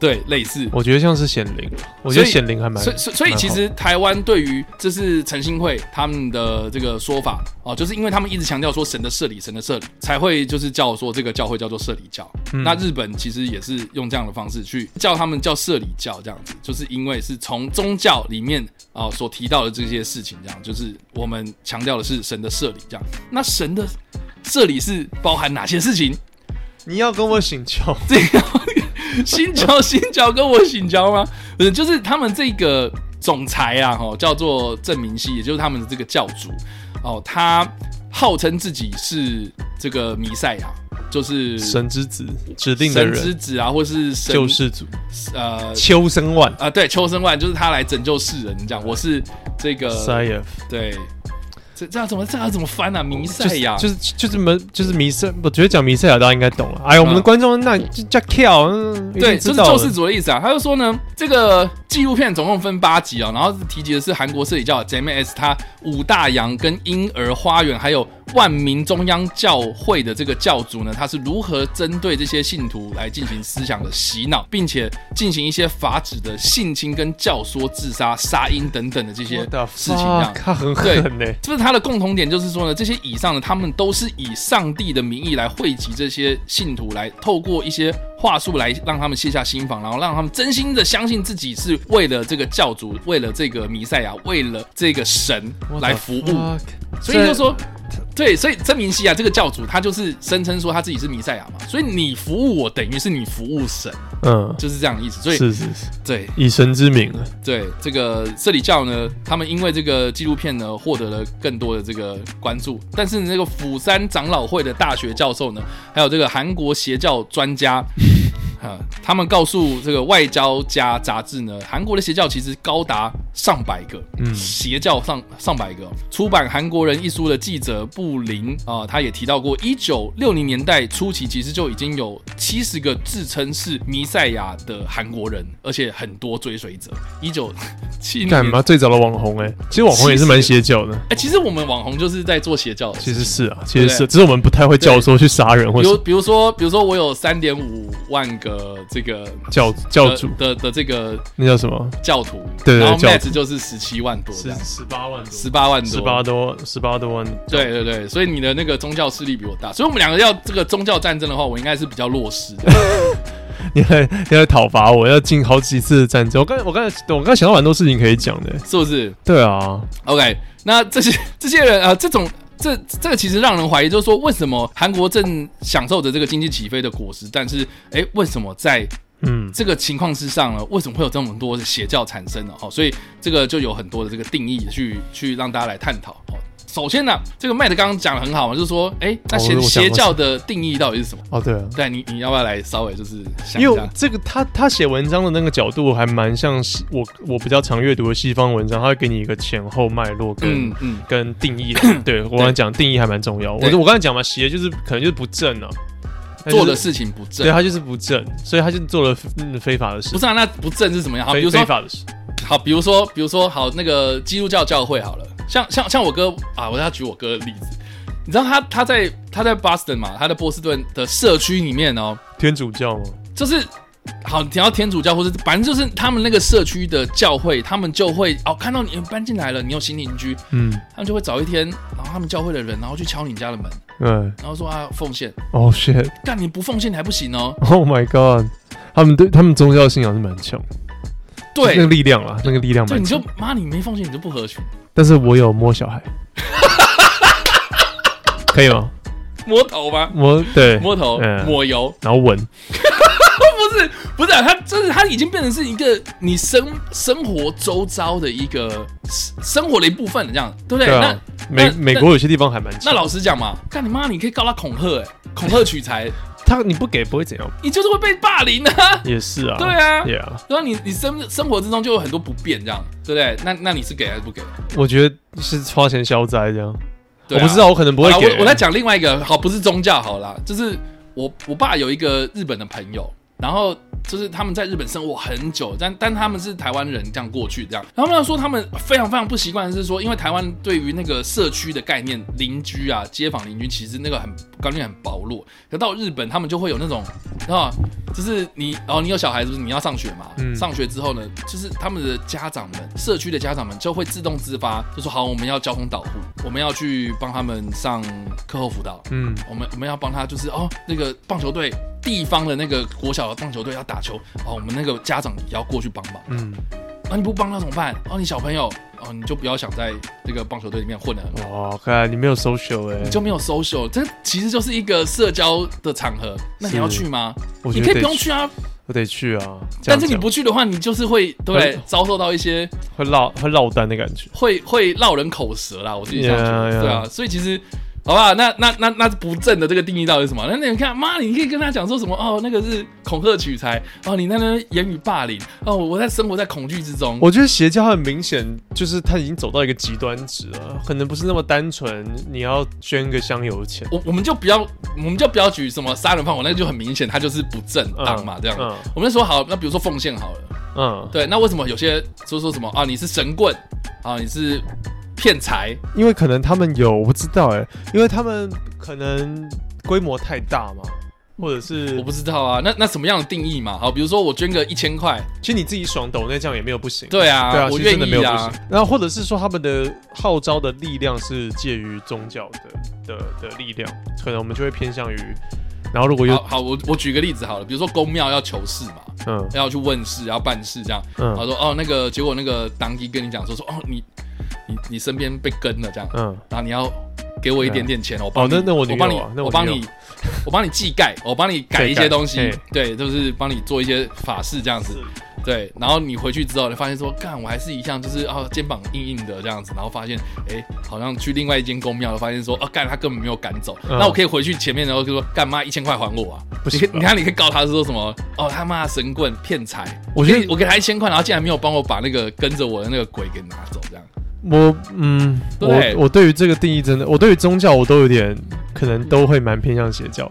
B: 对，类似。
C: 我觉得像是显灵，我觉
B: 所
C: 得
B: 以
C: 显灵还蛮
B: 所以，所以所以其实台湾对于这是陈兴会他们的这个说法哦，就是因为他们一直强调说神的设理，神的设理，才会就是叫说这个教会叫做设理教。
C: 嗯
B: 那日本其实也是用这样的方式去叫他们叫设理教这样子，就是因为是从宗教里面啊、哦所提到的这些事情，这样就是我们强调的是神的设理这样。那神的设理是包含哪些事情？
C: 你要跟我请教，
B: 这样 新桥新桥跟我新桥吗？不是，就是他们这个总裁啊，哦，叫做郑明熙，也就是他们的这个教主哦，他号称自己是这个弥赛亚，就是
C: 神之子指定的
B: 神之
C: 人，
B: 子啊，或是神
C: 救世主
B: 呃
C: 秋生万
B: 啊、对，秋生万就是他来拯救世人，这样。我是这个
C: s i f
B: 对，这这样怎么这样怎么翻啊？弥赛亚
C: 就是就是就是门就是弥赛，我觉得讲弥赛亚大家应该懂了。哎呀，我们的
B: 嗯
C: 观众那就叫 kill，嗯
B: 对，这
C: 一定知
B: 是
C: 道
B: 救
C: 了
B: 世主的意思啊。他就说呢，这个纪录片总共分八集啊、然后提及的是韩国摄影教 JMS 它五大洋跟婴儿花园，还有万民中央教会的这个教主呢，他是如何针对这些信徒来进行思想的洗脑，并且进行一些法旨的性侵跟教唆、自杀、杀婴等等的这些
C: What the
B: 事情这样
C: fuck，。他很
B: 对
C: 狠呢、欸
B: 就是它的共同点，就是说呢，这些以上的他们都是以上帝的名义来汇集这些信徒，来透过一些话术来让他们卸下心防，然后让他们真心的相信自己是为了这个教主，为了这个弥赛亚，为了这个神
C: What the
B: 来服务。
C: fuck
B: 所以就说，对，所以郑明熙啊，这个教主他就是声称说他自己是弥赛亚嘛，所以你服务我，等于是你服务神，
C: 嗯，
B: 就是这样的意思。所以
C: 是是是，
B: 对，
C: 以神之名啊，
B: 对这个社里教呢，他们因为这个纪录片呢，获得了更多的这个关注。但是那个釜山长老会的大学教授呢，还有这个韩国邪教专家。啊，他们告诉这个《外交家》杂志呢，韩国的邪教其实高达上百个，嗯，邪教上上百个哦。出版《韩国人》一书的记者布林啊、他也提到过，一九六零年代初期其实就已经有七十个自称是弥赛亚的韩国人，而且很多追随者。一九七
C: 干
B: 零
C: 嘛最早的网红哎、其实网红也是蛮邪教的，
B: 哎、其实我们网红就是在做邪教的
C: 其
B: 事情，
C: 实是啊，其实
B: 对
C: 是，只是我们不太会教唆去杀人或
B: 比如
C: 者
B: 比如说，比如说我有三点五万个这个
C: 教教主，
B: 的的的这个
C: 那叫什么？
B: 教徒，
C: 对对
B: 然后
C: 教
B: Matt
C: 徒
B: 就是十七万多这样，
C: 十八万多，
B: 十八万多，
C: 十八多十八多万，
B: 对对对，所以你的那个宗教势力比我大，所以我们两个要这个宗教战争的话，我应该是比较弱势的。
C: 你来你来讨伐我，要进好几次的战争。我刚才我刚才我刚才想到蛮多事情可以讲的、欸
B: 是不是
C: 对啊，
B: ？OK，那这些这些人啊、呃这种。这这个其实让人怀疑，就是说为什么韩国正享受着这个经济起飞的果实，但是哎，为什么在
C: 嗯，
B: 这个情况之上呢，为什么会有这么多的邪教产生呢？哦，所以这个就有很多的这个定义去去让大家来探讨。哦，首先呢、这个 Matt 刚刚讲的很好嘛，就是说，哎，那
C: 哦
B: 邪、
C: 我想
B: 邪教的定义到底是什么？
C: 哦对啊，
B: 对你你要不要来稍微就是想一
C: 因为
B: 下？
C: 嗯
B: 嗯
C: 这个他他写文章的那个角度还蛮像西我我比较常阅读的西方文章，他会给你一个前后脉络跟、
B: 嗯嗯，
C: 跟定义的。 对我刚才讲定义还蛮重要，我
B: 对
C: 我刚才讲嘛，邪就是可能就是不正啊，他就是
B: 做的事情不正
C: 对。啊他就是不正，所以他就做了嗯非法的事
B: 不，是啊，那不正是什么样？好，比
C: 非
B: 如
C: 非
B: 说，
C: 法的事。
B: 好，比如说，比如说，好，那个基督教教会好了，像像像我哥啊，我要举我哥的例子，你知道他他在他在 Boston 嘛，他在波士顿的社区里面哦，
C: 天主教吗？
B: 就是好，你要天主教或是反正就是他们那个社区的教会，他们就会哦，看到你搬进来了，你有新邻居，
C: 嗯，
B: 他们就会找一天，然后他们教会的人，然后去敲你家的门，
C: 对。
B: 然后说啊奉献，
C: 哦、shit！
B: 干你不奉献你还不行哦，
C: Oh my god！他们对他们宗教信仰是蛮强，
B: 对
C: 那个力量啦，那个力量
B: 对，
C: 蛮
B: 你就
C: 强。
B: 妈你没奉献你就不合群，
C: 但是我有摸小 孩，可以吗？
B: 摸头吗？
C: 摸对
B: 摸头
C: 嗯，
B: 抹油，
C: 然后闻，
B: 不是不是、啊，它这是它已经变成是一个你生生活周遭的一个生生活的一部分了，这样对不对？
C: 对啊，
B: 那
C: 美
B: 那
C: 美国有些地方还蛮
B: 那
C: 强。
B: 老实讲嘛，干你妈，你可以告他恐吓、欸，恐吓取财，
C: 他你不给不会怎样，
B: 你就是会被霸凌啊。
C: 也是啊，
B: 对啊
C: 也啊，
B: 然后你你生生活之中就有很多不便，这样对不对？那那你是给还是不给？
C: 我觉得是花钱消灾这样。
B: 对啊
C: 我不知道，我可能不会
B: 好啦
C: 给。
B: 我我在讲另外一个，好，不是宗教，好啦，就是我我爸有一个日本的朋友，然后就是他们在日本生活很久，但但他们是台湾人这样过去这样，然后他们说他们非常非常不习惯的是说，因为台湾对于那个社区的概念，邻居啊，街坊邻居其实那个很观念很薄弱，可到日本他们就会有那种啊，就是你哦，你有小孩子，你要上学嘛？
C: 嗯
B: 上学之后呢，就是他们的家长们，社区的家长们就会自动自发，就说好，我们要交通导护，我们要去帮他们上课后辅导，
C: 嗯，
B: 我们我们要帮他，就是哦，那个棒球队地方的那个国小的棒球队要打球，哦，我们那个家长也要过去帮忙。
C: 嗯，
B: 那、你不帮他怎么办？哦，你小朋友，哦，你就不要想在这个棒球队里面混了。
C: 哇，看来你没有 social 哎、
B: 你就没有 social，这其实就是一个社交的场合，那你
C: 是
B: 要去吗？
C: 我
B: 你
C: 觉
B: 可
C: 得
B: 以不
C: 得
B: 用
C: 去，
B: 去啊，
C: 我得去啊。这
B: 但
C: 样
B: 是你
C: 讲哎
B: 不去的话，你就是会对不对
C: 会
B: 遭受到一些
C: 会落会落单的感觉，
B: 会会落人口舌啦，我自己这样觉得
C: Yeah, yeah.
B: 对啊，所以其实。好吧，那那那那不正的这个定义到底是什么？那你看，妈，你可以跟他讲说什么？哦，那个是恐吓取财，哦，你那边言语霸凌，哦，我在生活在恐惧之中。
C: 我觉得邪教很明显就是他已经走到一个极端值了，可能不是那么单纯，你要捐个香油钱，
B: 我我们就不要，我们就不要举什么杀人放火，那个就很明显，他就是不正当嘛，
C: 嗯
B: 这样。
C: 嗯
B: 我们就说好，那比如说奉献好了，
C: 嗯，
B: 对，那为什么有些就说什么啊，你是神棍啊，你是骗财，
C: 因为可能他们有我不知道哎、因为他们可能规模太大嘛，或者
B: 我
C: 是
B: 不知道啊，那那什么样的定义嘛？好，比如说我捐个一千块，
C: 其实你自己爽抖那这样也没有不行，
B: 对啊，
C: 对啊，
B: 我
C: 其实
B: 愿
C: 真的没有
B: 意
C: 不
B: 啊
C: 行。。然后或者是说他们的号召的力量是介于宗教的的的力量，可能我们就会偏向于，然后如果有
B: 好好，我我举个例子好了，比如说公庙要求事嘛，
C: 嗯
B: 要去问事，要办事这样。
C: 嗯
B: 他说哦，那个结果那个当机跟你讲说说哦，你你你身边被跟了这样，
C: 嗯，
B: 然后你要给我一点点钱，我帮你，
C: 哦那那我
B: 我
C: 女友
B: 帮你
C: 啊，那
B: 我
C: 我
B: 帮
C: 女友
B: 你，我帮你技盖，我帮你改一些东
C: 再
B: 西
C: 改，
B: 对，就是帮你做一些法事这样子。对，然后你回去之后，你发现说，干，我还是一样，就是哦，肩膀硬硬的这样子，然后发现，哎，好像去另外一间公庙，发现说，哦，干，他根本没有赶走，
C: 嗯
B: 那我可以回去前面，然后就说，干妈一千块还我啊！
C: 不
B: 你
C: 行
B: 可以
C: 吧
B: 你看，你可以告他说什么？哦，他妈的神棍骗财，
C: 我觉得
B: 给你我给他一千块，然后竟然没有帮我把那个跟着我的那个鬼给拿走，这样。
C: 我嗯，
B: 对
C: 我我对于这个定义真的，我对于宗教我都有点可能都会蛮偏向邪 教，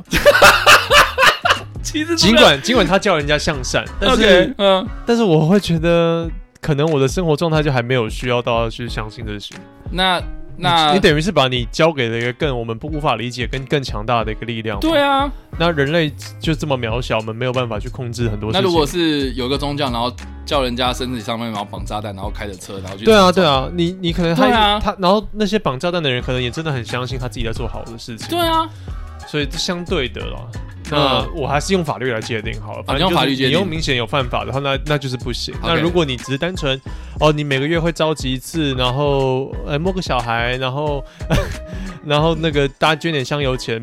B: 其实
C: 尽管尽管他叫人家向善，但是
B: OK，嗯，
C: 但是我会觉得。可能我的生活状态就还没有需要到去相信这些，
B: 那那
C: 你你等于是把你交给了一个更我们不无法理解、跟更强大的一个力量。
B: 对啊，
C: 那人类就这么渺小，我们没有办法去控制很多事
B: 那
C: 情。
B: 如果是有个宗教，然后叫人家身体上面然后绑炸弹，然后开着车，然后去
C: 对啊，对啊，你你可能他、
B: 对啊
C: 他，然后那些绑炸弹的人可能也真的很相信他自己在做好的事情，
B: 对啊，嗯
C: 所以这相对的啦。那我还是用法律来界定好了，
B: 啊
C: 反正
B: 你用
C: 就是
B: 法律界定
C: 你用明显有犯法的话，那那就是不行。
B: OK
C: 那如果你只是单纯哦，你每个月会召集一次，然后呃摸个小孩，然后 然后那个大家捐点香油钱，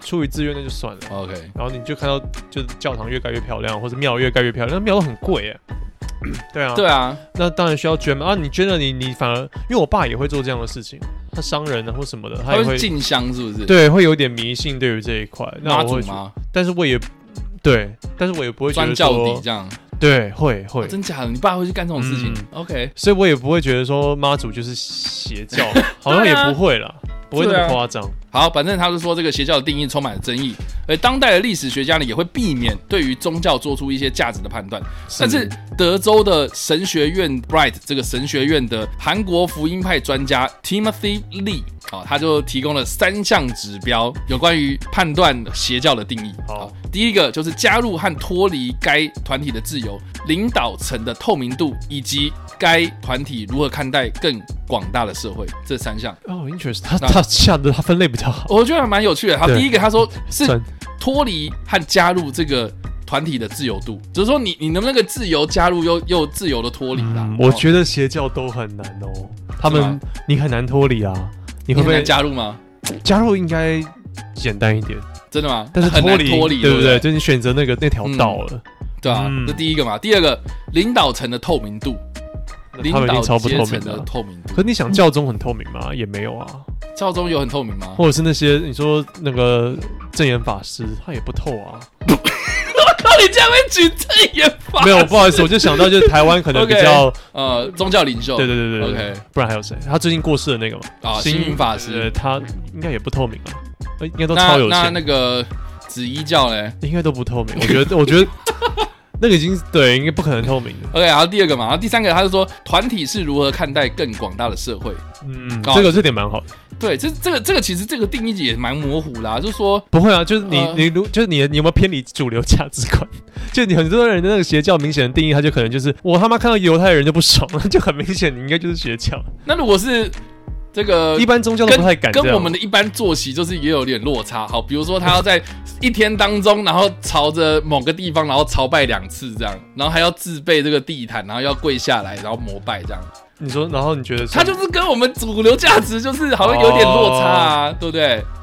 C: 出于自愿那就算了。
B: ，OK，
C: 然后你就看到，就是教堂越盖越漂亮，或者庙越盖越漂亮，那庙都很 贵耶。对啊，
B: 对啊，
C: 那当然需要捐嘛。啊，你捐了你，你反而，因为我爸也会做这样的事情，他商人啊或什么的，他
B: 他
C: 也
B: 会
C: 会
B: 进香是不是？，
C: 对会有点迷信对于这一块。那
B: 妈
C: 我
B: 祖
C: 会觉得，
B: 吗？
C: 但是我也对，但是我也不会觉
B: 钻
C: 得
B: 教底
C: 说，
B: 这样，啊哦
C: 对，会会。
B: 真假的？你爸会去干这种事情
C: 嗯
B: ？OK，
C: 所以我也不会觉得说妈祖就是邪教， 好像也不会啦，不会那
B: 对
C: 么
B: 啊
C: 夸张。
B: 好，反正他是说这个邪教的定义充满了争议，而当代的历史学家呢也会避免对于宗教做出一些价值的判断。但是德州的神学院 Bright 这个神学院的韩国福音派专家 Timothy Lee 啊、他就提供了三项指标，有关于判断邪教的定义。
C: 好
B: 啊第一个就是加入和脱离该团体的自由、领导层的透明度，以及该团体如何看待更广大的社会这三项。哦
C: 哦，interest，他
B: 那
C: 他下的他分类比较好。
B: 我觉得还蛮有趣的。好，
C: 对
B: 第一个他说是
C: 算
B: 脱离和加入这个团体的自由度，就是说你你能不能够自由加入又又自由的脱离啦哦
C: 嗯，？我
B: 得
C: 觉得邪教都很难哦，他
B: 是
C: 们
B: 吗
C: 你很难脱离啊。你
B: 你
C: 会不
B: 很
C: 会
B: 难加入吗？
C: 加入应该简单一点，
B: 真的吗？
C: 但是
B: 很
C: 脱
B: 难
C: 离，
B: 脱离，
C: 对
B: 不
C: 不对？？就你选择那个那条道了，
B: 对啊，
C: 嗯
B: 这第一个嘛。第二个，领导层的透明度，领
C: 他们已
B: 导
C: 经超不
B: 阶
C: 透
B: 层
C: 明
B: 的
C: 了。
B: 透明度。
C: 可你想教宗很透明吗？也没有啊，
B: 教宗有很透明吗？
C: 或者是那些你说那个正言法师，他也不透 啊。
B: 靠，你这样会举证也法
C: 没有，不好意思，我就想到就是台湾可能
B: OK
C: 比较，
B: 呃，宗教领袖，
C: 对对对对对
B: OK
C: 不然还有谁？他最近过世的那个嘛，
B: 啊，星云法
C: 对
B: 师，
C: 他应该也不透明啊，呃应该都
B: 那
C: 超有
B: 那
C: 钱
B: 那，个紫衣教嘞
C: 应该都不透明。我觉得，我觉得 那个已经对，应该不可能透明的。
B: ？OK，然后第二个嘛，然后第三个，他是说团体是如何看待更广大的社会？
C: 嗯，
B: 哦
C: 这个这点蛮好的。
B: 对，这这个这个其实这个定义也蛮模糊啦，就是说
C: 不会啊，就是你、
B: 呃
C: 你如就是你你有没有偏离主流价值观？ 就你很多人的那个邪教明显的定义，他就可能就是我他妈看到犹太人就不爽了，就很明显你应该就是邪教。
B: 那如果是这个
C: 一般宗教都
B: 跟
C: 不太敢这
B: 呃跟
C: 样
B: 我们的一般作息就是也有点落差。好，比如说他要在一天当中，然后朝着某个地方，然后朝拜两次这样，然后还要自备这个地毯，然后要跪下来，然后膜拜这样。
C: 你说，然后你觉得
B: 他就是跟我们主流价值就是好像有点落差
C: 哦
B: 啊，对不对？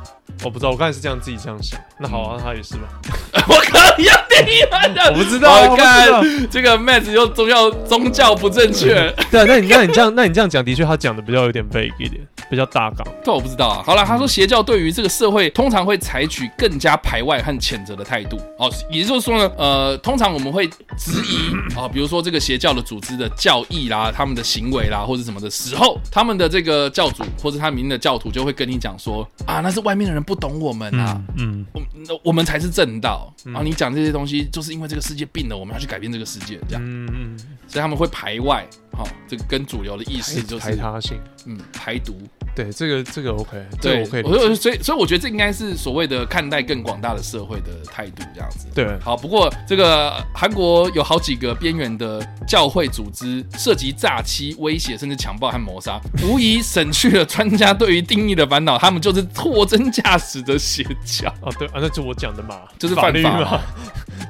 C: 我不知道，我刚才是这样自己这样想。那好
B: 嗯
C: 啊，他也是吧？
B: 我靠，你要定义他的，
C: 我不知道啊
B: 我
C: 我不
B: 看这个 Matt 又宗教宗教不正确。
C: 对啊，那你那你这样那你这样讲，的确他讲的比较有点 vague 一点，比较大纲。
B: 这我不知道啊。好了，他说邪教对于这个社会通常会采取更加排外和谴责的态度哦，也就是说呢，呃，通常我们会质疑 啊、比如说这个邪教的组织的教义啦、他们的行为啦或者什么的时候，他们的这个教主或者他们的教徒就会跟你讲说啊，那是外面的人不懂我们啊。
C: 嗯，
B: 我那我们才是正道，然后你讲这些东西，就是因为这个世界病了，我们要去改变这个世界，这样，
C: 嗯嗯，
B: 所以他们会排外，好、这个跟主流的意识就
C: 排
B: 是，
C: 他性。
B: 嗯，排毒，
C: 对，这个这个 OK，这
B: 对，
C: 个我可以理
B: 我
C: 解。
B: 就所以所以我觉得这应该是所谓的看待更广大的社会的态度这样子。
C: 对，
B: 好，不过这个韩国有好几个边缘的教会组织涉及诈欺、威胁，甚至强暴和谋杀，无疑省去了专家对于定义的烦恼。他们就是货真价实的邪教，
C: 哦对啊，那就我讲的嘛，
B: 就是
C: 法
B: 犯
C: 律
B: 法
C: 嘛，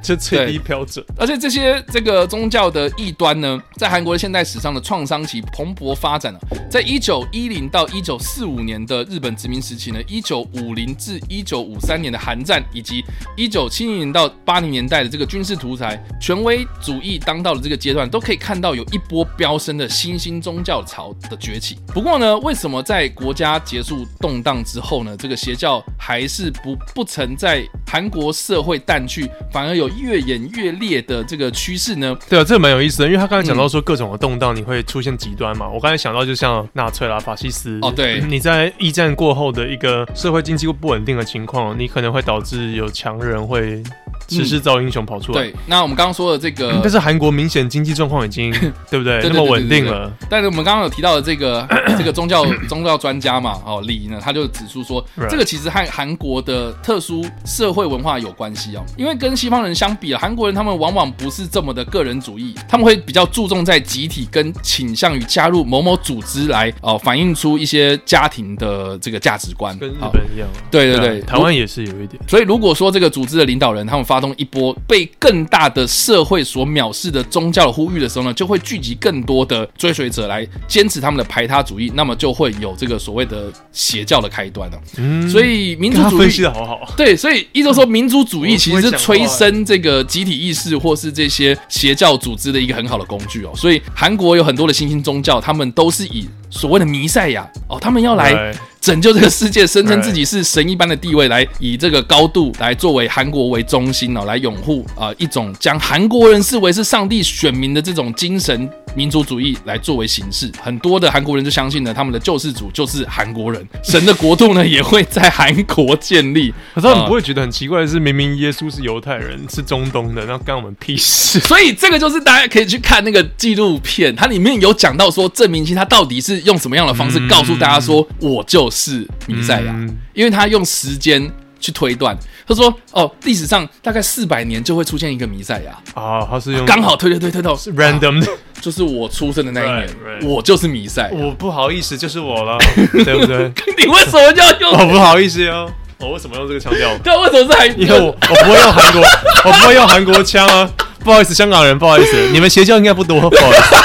C: 就最
B: 对
C: 低标准。
B: 而且这些这个宗教的异端呢，在韩国的现代史上的创伤期蓬勃发展了、啊在一九一零到一九四五年的日本殖民时期呢，一九五零至一九五三年的韩战，以及一九七零到八零年代的这个军事独裁、权威主义当道的这个阶段，都可以看到有一波飙升的新兴宗教潮的崛起。不过呢，为什么在国家结束动荡之后呢，这个邪教还是不不曾在韩国社会淡去，反而有越演越烈的这个趋势呢？
C: 对啊，这个蛮有意思的，因为他刚才讲
B: 嗯
C: 到说各种的动荡，你会出现极端嘛。我刚才想到就像纳粹啦、法西斯嗯
B: 哦对
C: 你在一战过后的一个社会经济不稳定的情况，你可能会导致有强人会时势造英雄跑出来。
B: 嗯
C: 嗯
B: 对，那我们刚刚说的这个，
C: 但是韩国明显经济状况 已经对不对
B: 对对
C: 那么
B: 对对
C: 稳定
B: 对
C: 了，
B: 但是我们刚刚有提到的这 个这个宗教宗教专家嘛，哦李呢，他就指出说
C: Right，
B: 这个其实和韩国的特殊社会文化有关系哦，因为跟西方人相比啊，韩国人他们往往不是这么的个人主义，他们会比较注重在集体跟倾向于加入某某组织来哦，反映出一些家庭的这个价值观。
C: 跟日
B: 好
C: 本一样啊。
B: 对对
C: 啊
B: 对，
C: 台湾也是有一点。
B: 所以，如果说这个组织的领导人他们发动一波被更大的社会所藐视的宗教的呼吁的时候呢，就会聚集更多的追随者来坚持他们的排他主义，那么就会有这个所谓的邪教的开端了、啊
C: 嗯，
B: 所以，民
C: 跟
B: 族
C: 他
B: 主
C: 分析
B: 义
C: 的好好。
B: 对，所以依照说，民族主义其实是
C: 我不会讲话
B: 催生这个集体意识或是这些邪教组织的一个很好的工具哦。所以，韩国有很多的新兴宗教，他们都是以所谓的弥赛亚哦，他们要来。
C: 对
B: 拯救这个世界，声称自己是神一般的地位，来以这个高度来作为韩国为中心哦，来拥护啊、呃一种将韩国人视为是上帝选民的这种精神民族主义来作为形式。很多的韩国人就相信呢，他们的救世主就是韩国人，神的国度呢也会在韩国建立。
C: 可是他们
B: 呃
C: 不会觉得很奇怪的是，明明耶稣是犹太人，是中东的，那干我们屁事？
B: 所以这个就是大家可以去看那个纪录片，它里面有讲到说郑明熙他到底是用什么样的方式告诉大家说我就是弥赛亚，
C: 嗯
B: 因为他用时间去推断，他说哦历史上大概四百年就会出现一个弥赛亚，
C: 啊，他是用
B: 刚好推推推推到
C: 是 random 的。
B: 就是我出生的那一年
C: Right, right
B: 我就是
C: 哦
B: 弥赛亚。
C: 我不好意思，就是我了，对不对？
B: 你为什么要用
C: 我不好意思哟，我为什么用这个腔调？
B: 对啊，为什么是韩？
C: 哦因为我我不会用韩国， 我不会用韩国腔啊。不好意思，香港人，不好意 思，你们邪教应该不多，不好意 思。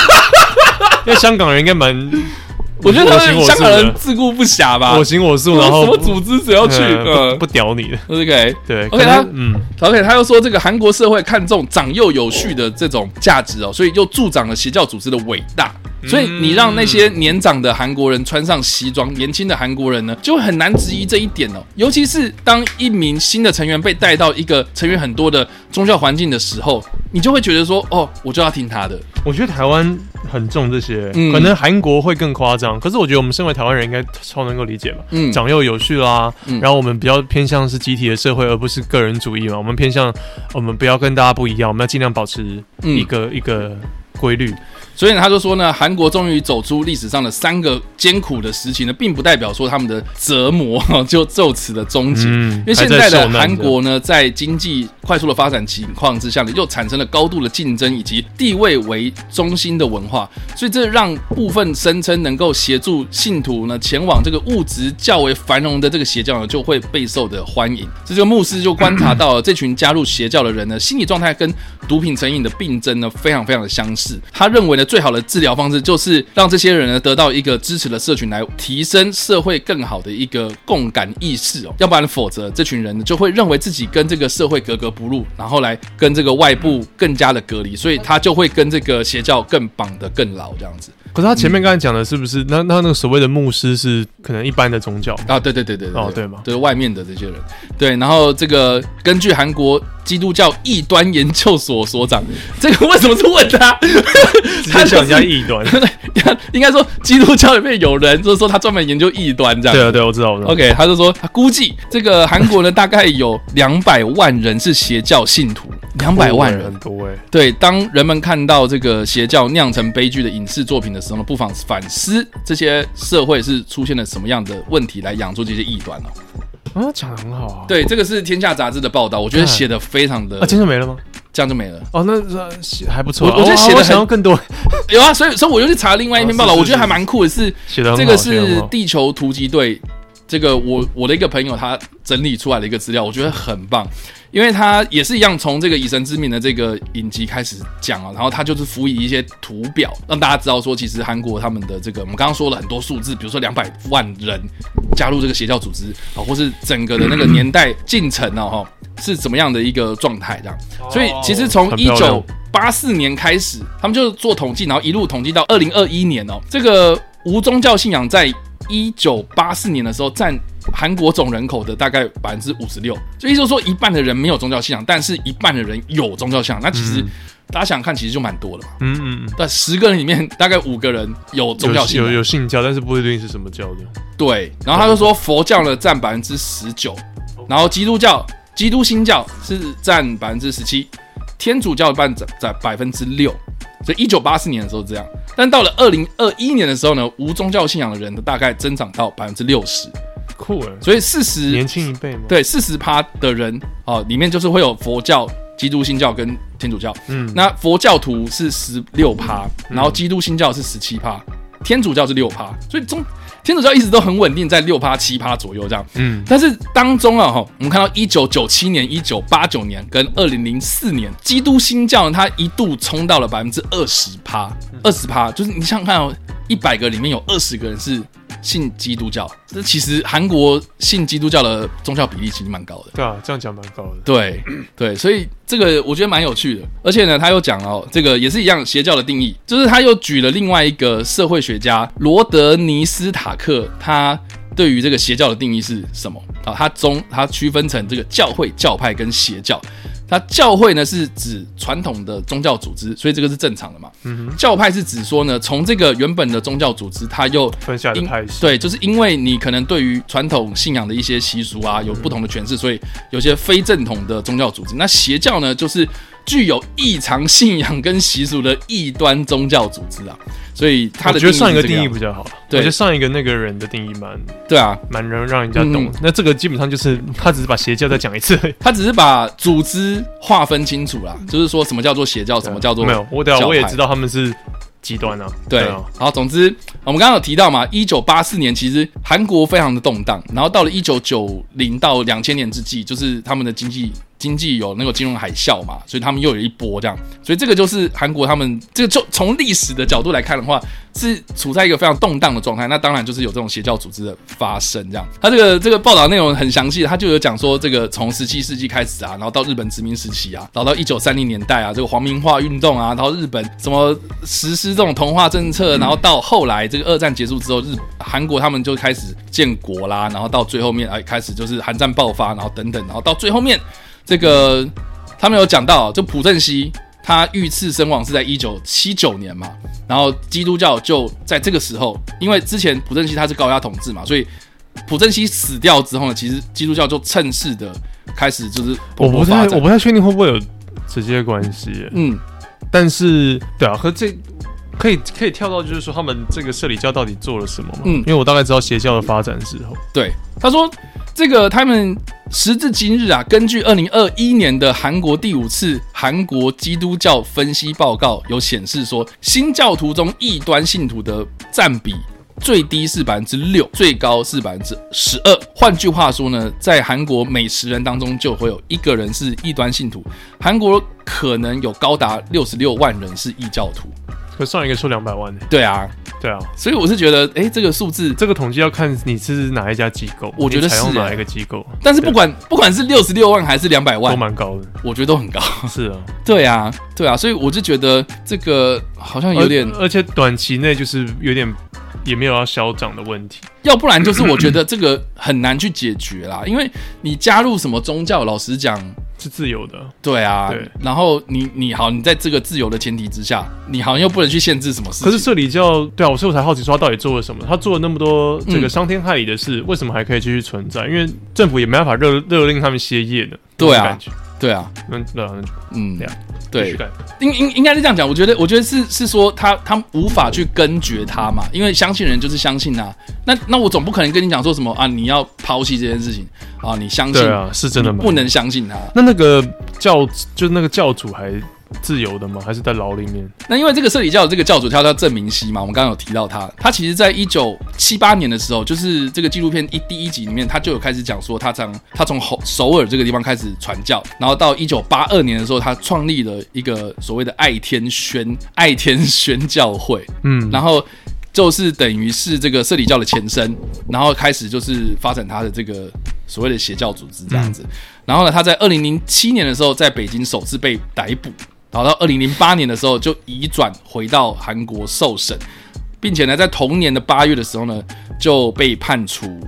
C: 因为香港人应该蛮，
B: 我觉得他
C: 我行
B: 们
C: 我
B: 香港人
C: 素
B: 自顾不暇吧
C: 的，我。行我素，
B: 什
C: 然后
B: 么组织只要去，嗯，
C: 呃不不屌你的，
B: OK，
C: 对
B: ，OK，他
C: 他嗯，
B: OK，他又说这个韩国社会看重长幼有序的这种价值哦，所以又助长了邪教组织的伟大。所以你让那些年长的韩国人穿上西装，年轻的韩国人呢，就很难质疑这一点哦。尤其是当一名新的成员被带到一个成员很多的宗教环境的时候，你就会觉得说，哦，我就要听他的。
C: 我觉得台湾很重这些，
B: 嗯
C: 可能韩国会更夸张，可是我觉得我们身为台湾人应该超能够理解吧。
B: 嗯，
C: 长幼有序啦，
B: 嗯
C: 然后我们比较偏向是集体的社会，而不是个人主义嘛。我们偏向我们不要跟大家不一样，我们要尽量保持
B: 嗯
C: 一个、一个规律。
B: 所以呢他就说呢，韩国终于走出历史上的三个艰苦的时期呢，并不代表说他们的折磨 就就此的终结。
C: 嗯
B: 因为现在
C: 还在
B: 的
C: 受难着
B: 韩国呢，在经济快速的发展情况之下呢，又产生了高度的竞争以及地位为中心的文化，所以这让部分声称能够协助信徒呢前往这个物质较为繁荣的这个邪教呢，就会备受的欢迎。这就牧师就观察到了这群加入邪教的人呢，心理状态跟毒品成瘾的病症呢，非常非常的相似。他认为呢，最好的治疗方式就是让这些人呢得到一个支持的社群，来提升社会更好的一个共感意识哦。要不然，否则这群人呢就会认为自己跟这个社会格格不入，然后来跟这个外部更加的隔离，所以他就会跟这个邪教更绑得更牢这样子
C: 可是他前面刚才讲的是不
B: 嗯
C: 是？那那那个所谓的牧师是可能一般的宗教，
B: 啊。对对对对对
C: 哦对嘛
B: 对外面的这些人，对。然后这个根据韩国基督教异端研究所所长，这个为什么是问 他？
C: 直
B: 他
C: 接讲
B: 就
C: 人家
B: 是
C: 异 端。
B: 应该说基督教里面有人就是说他专门研究异端这样。
C: 对啊，对啊，我知道，我知道。
B: OK，他就说他估计这个韩国呢大概有两百万人是邪教信徒，两百万人欸
C: 很。多哎、
B: 对，当人们看到这个邪教酿成悲剧的影视作品的时候呢，不妨反思这些社会是出现了什么样的问题来养出这些异端哦。
C: 啊，讲的很好啊。
B: 对，这个是《天下》杂志的报道，我觉得写的非常的
C: 啊，，真的没了吗？
B: 这样就没了。
C: 哦，那那写还不错啊、
B: 我我觉得
C: 哦
B: 写得
C: 我想
B: 很
C: 要更多，
B: 有啊，所以所以我又去查另外一篇报道，
C: 哦是是
B: 我觉得
C: 是
B: 还蛮酷的是，
C: 写 的
B: 这个是地球突击队，这个我我的一个朋友他整理出来的一个资料，我觉得很棒，因为他也是一样从这个以神之名的这个影集开始讲啊，然后他就是辅以一些图表，让大家知道说，其实韩国他们的这个我们刚刚说了很多数字，比如说两百万人加入这个邪教组织啊，或是整个的那个年代进程哦，哈是怎么样的一个状态这样，所以其实从
C: 哦很
B: 一
C: 漂
B: 九
C: 亮。
B: 八四年开始，他们就做统计，然后一路统计到二零二一年哦。这个无宗教信仰在一九八四年的时候占韩国总人口的大概百分之五十六，就意思是说一半的人没有宗教信仰，但是一半的人有宗教信仰。那其实、大家想想看，其实就蛮多的嘛。
C: 嗯嗯嗯，
B: 但十个人里面大概五个人有宗教信
C: 有有
B: 仰，
C: 有信教，但是不一定是什么教的。
B: 对。然后他就说佛教呢占百分之十九，然后基督教、基督新教是占百分之十七，天主教占占百分之六。所以一九八四年的时候这样，但到了二零二一年的时候呢，无宗教信仰的人的大概增长到百分之六十，
C: 酷哎、
B: 所以四十
C: 年轻一辈吗？，
B: 欸对四十趴的人哦、里面就是会有佛教、基督新教跟天主教。
C: 嗯，
B: 那佛教徒是十六趴，然后基督新教是十七趴，天主教是六趴，所以中天主教一直都很稳定在六趴七趴左右这样。
C: 嗯，
B: 但是当中啊，哈，我们看到一九九七年、一九八九年跟二零零四年，基督新教呢它一度冲到了百分之二十趴，二十趴，就是你想想看哦，一百个里面有二十个人是信基督教，这其实韩国信基督教的宗教比例其实蛮高的。
C: 对啊，这样讲蛮高的。
B: 对对，所以这个我觉得蛮有趣的，而且呢，他又讲了哦，这个也是一样邪教的定义，就是他又举了另外一个社会学家罗德尼斯塔克，他对于这个邪教的定义是什么啊？他中他区分成这个教会、教派跟邪教。他教会呢是指传统的宗教组织，所以这个是正常的嘛。教派是指说呢，从这个原本的宗教组织，它又
C: 分下来的
B: 因
C: 派系，
B: 对，就是因为你可能对于传统信仰的一些习俗啊，有不同的诠释，所以有些非正统的宗教组织。那邪教呢，就是具有异常信仰跟习俗的异端宗教组织啊。所以他
C: 我
B: 的
C: 觉得上一
B: 个
C: 个定义
B: 样
C: 比
B: 子
C: 较好，我
B: 对
C: 觉得上一个那个人的定义蛮
B: 对啊，
C: 蛮能让人家懂。
B: 嗯
C: 那这个基本上就是他只是把邪教再讲一次而已。
B: 他只是把组织划分清楚啦，就是说什么叫做邪教，什么叫做
C: 没有？我对啊，
B: 教
C: 我也
B: 派
C: 知道他们是极端啊。
B: 对
C: 啊，，
B: 好，总之我们刚刚有提到嘛，一九八四年其实韩国非常的动荡，然后到了一九九零到两千年之际，就是他们的经济经济有那个金融海啸嘛，所以他们又有一波这样，所以这个就是韩国他们这个就从历史的角度来看的话，是处在一个非常动荡的状态。那当然就是有这种邪教组织的发生这样。他这个这个报道内容很详细，他就有讲说这个从十七世纪开始啊，然后到日本殖民时期啊，然后到一九三零年代啊，这个皇民化运动啊，然后日本什么实施这种同化政策，然后到后来这个二战结束之后，日韩国他们就开始建国啦，然后到最后面哎开始就是韩战爆发，然后等等，然后到最后面这个他们有讲到，就朴正熙他遇刺身亡是在一九七九年嘛，然后基督教就在这个时候，因为之前朴正熙他是高压统治嘛，所以朴正熙死掉之后呢，其实基督教就趁势的开始就是
C: 我
B: 蓬勃
C: 不
B: 发
C: 太
B: 展
C: 我不太确定会不会有直接关系耶。
B: 嗯，
C: 但是对啊，和这可以可以跳到就是说他们这个社里教到底做了什么嘛？
B: 嗯
C: 因为我大概知道邪教的发展之后，
B: 对，他说这个他们时至今日啊，根据二零二一年的韩国第五次韩国基督教分析报告有显示说，新教徒中异端信徒的占比。最低是百分之六，最高是百分之十二。换句话说呢，在韩国每十人当中就会有一个人是异端信徒，韩国可能有高达六十六万人是异教徒。
C: 可上一个说两百万耶，
B: 对啊，
C: 对啊，
B: 所以我是觉得，诶，这个数字
C: 这个统计要看你是哪一家机构，
B: 我觉得
C: 你采用
B: 是欸耶
C: 哪一个机构，
B: 但是不管不管是六十六万还是两百
C: 都
B: 万，
C: 蛮高的。
B: 我觉得都很高。
C: 是啊，
B: 对啊，对啊，所以我就觉得这个好像有点，
C: 而而且短期内就是有点也没有要消长的问题。
B: 要不然就是我觉得这个很难去解决啦，因为你加入什么宗教，老实讲，
C: 是自由的，
B: 对啊，
C: 对
B: 然后你你好，你在这个自由的前提之下，你好像又不能去限制什么事情，
C: 可是社里教对啊，所以我才好奇说他到底做了什么？他做了那么多这个
B: 嗯
C: 伤天害理的事，为什么还可以继续存在？因为政府也没办法勒勒令他们歇业呢。
B: 对啊
C: 那种感觉
B: 对啊，
C: 那对啊，那就
B: 嗯
C: 对啊，继
B: 对
C: 续，干
B: 应应应该是这样讲，我觉得我觉得是是说他他无法去根绝他嘛，因为相信人就是相信啊，那那我总不可能跟你讲说什么啊，你要抛弃这件事情啊，你相信
C: 对啊，是真的吗？
B: 不。能相信他，
C: 那那个教就是那个教主还自由的吗？还是在牢里面？
B: 那因为这个社里教的这个教主，他叫郑明熙嘛，我们刚刚有提到他，他其实在一九七八年的时候，就是这个纪录片一第一集里面，他就有开始讲说他从他从首首尔这个地方开始传教，然后到一九八二年的时候，他创立了一个所谓的爱天宣爱天宣教会，
C: 嗯，
B: 然后就是等于是这个社里教的前身，然后开始就是发展他的这个所谓的邪教组织这样子。然后呢，他在二零零七年的时候在北京首次被逮捕，然后到二零零八年的时候就移转回到韩国受审，并且呢，在同年的八月的时候呢就被判处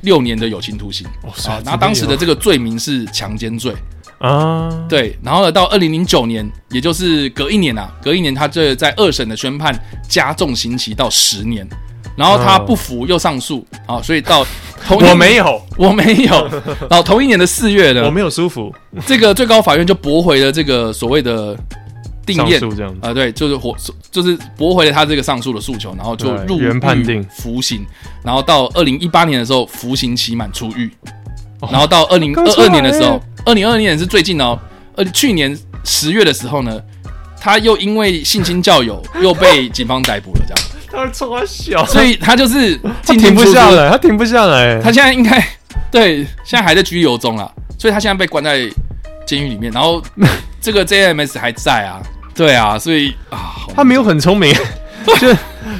B: 六年的有期徒刑。
C: 哦
B: 啊，然后当时的这个罪名是强奸罪，
C: 啊，
B: 对，然后呢，到二零零九年，也就是隔一年啊，隔一年他这在二审的宣判加重刑期到十年，然后他不服又上诉啊，所以到同一年
C: 我没有，
B: 我没有，然后同一年的四月
C: 我
B: 呢，
C: 没有舒服，
B: 这个最高法院就驳回了这个所谓的定
C: 上
B: 验。
C: 诉这样 子。
B: 啊，对，就是驳，就是驳回了他这个上诉的诉求，然后就
C: 对
B: 入
C: 原判
B: 狱
C: 定
B: 服刑，然后到二零一八年的时候服刑期满出狱，然后到二零
C: 哦刚
B: 二
C: 出
B: 二
C: 来
B: 年的时候，二零二年是最近哦，呃，去年十月的时候呢，他又因为性侵教友又被警方逮捕了，这 样，
C: 他冲他笑，
B: 所以他就是
C: 他
B: 进
C: 停
B: 进
C: 不
B: 出出
C: 下，来，他停不下来。
B: 他现在应该对，现在还在拘留中啦，所以他现在被关在监狱里面，然后这个 JMS 还在啊，对啊，所以啊，好
C: 他没有很 聪明，就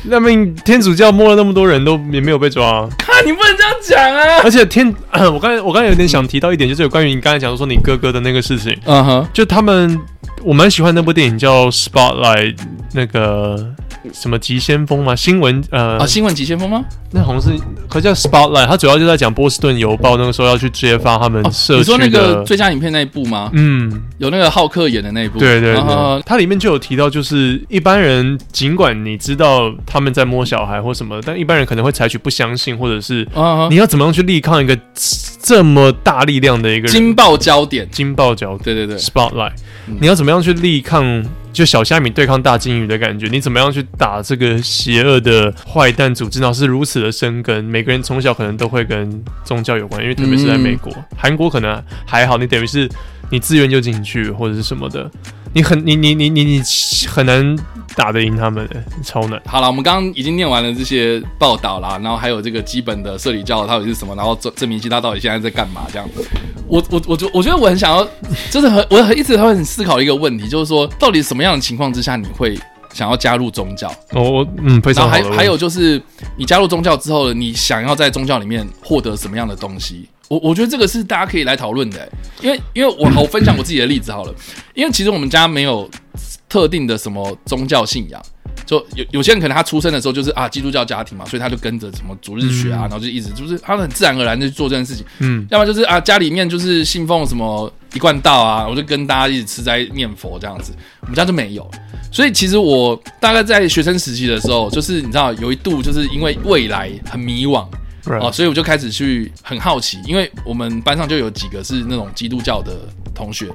C: 那边天主教摸了那么多人都也没有被抓、
B: 啊，你不能这样讲啊！
C: 而且天， 我刚才我刚才有点想提到一点，就是有关于你刚才讲说你哥哥的那个事情，
B: 嗯哼，
C: 就他们我蛮喜欢那部电影叫《Spotlight》，那个什么急先锋嘛，新闻呃，
B: 啊，新闻急先锋吗？
C: 那好像是可叫 Spotlight，它主要就在讲波士顿邮报那个时候要去揭发他们
B: 哦，
C: 社
B: 你
C: 区
B: 说那
C: 的，
B: 个最佳影片那一部吗？
C: 嗯，
B: 有那个浩克演的那一部？
C: 对对对，
B: 啊
C: 它里面就有提到，就是一般人尽管你知道他们在摸小孩或什么，但一般人可能会采取不相信，或者是
B: 啊
C: 你要怎么样去力抗一个这么大力量的一个人
B: 惊爆焦点，
C: 惊爆焦点
B: 对对对，
C: spotlight，
B: 嗯
C: 你要怎么样去力抗就小虾米对抗大金鱼的感觉。你怎么样去打这个邪恶的坏蛋组织？然后是如此的生根，每个人从小可能都会跟宗教有关，因为特别是在美国、
B: 嗯
C: 韩国可能还好，你等于是你自愿就进去或者是什么的，你很你你你你你很难打得赢他们、欸超难。
B: 好了，我们刚刚已经念完了这些报道啦，然后还有这个基本的社里教到底是什么，然后证证明系他到底现在在干嘛这样。我我我觉我觉得我很想要，就是很我很一直会很思考一个问题，就是说到底什么样的情况之下你会想要加入宗教？
C: 我我嗯非
B: 然
C: 常
B: 后
C: 好
B: 还
C: 的问题
B: 还有就是你加入宗教之后，你想要在宗教里面获得什么样的东西？我我觉得这个是大家可以来讨论的、因为因为我好我分享我自己的例子好了，因为其实我们家没有特定的什么宗教信仰。就有有些人可能他出生的时候就是啊基督教家庭嘛，所以他就跟着什么主日学啊，然后就一直就是他很自然而然就做这件事情。
C: 嗯
B: 要么就是啊，家里面就是信奉什么一贯道啊，我就跟大家一起吃斋念佛这样子。我们家就没有，所以其实我大概在学生时期的时候，就是你知道有一度就是因为未来很迷惘哦，所以我就开始去很好奇，因为我们班上就有几个是那种基督教的同学，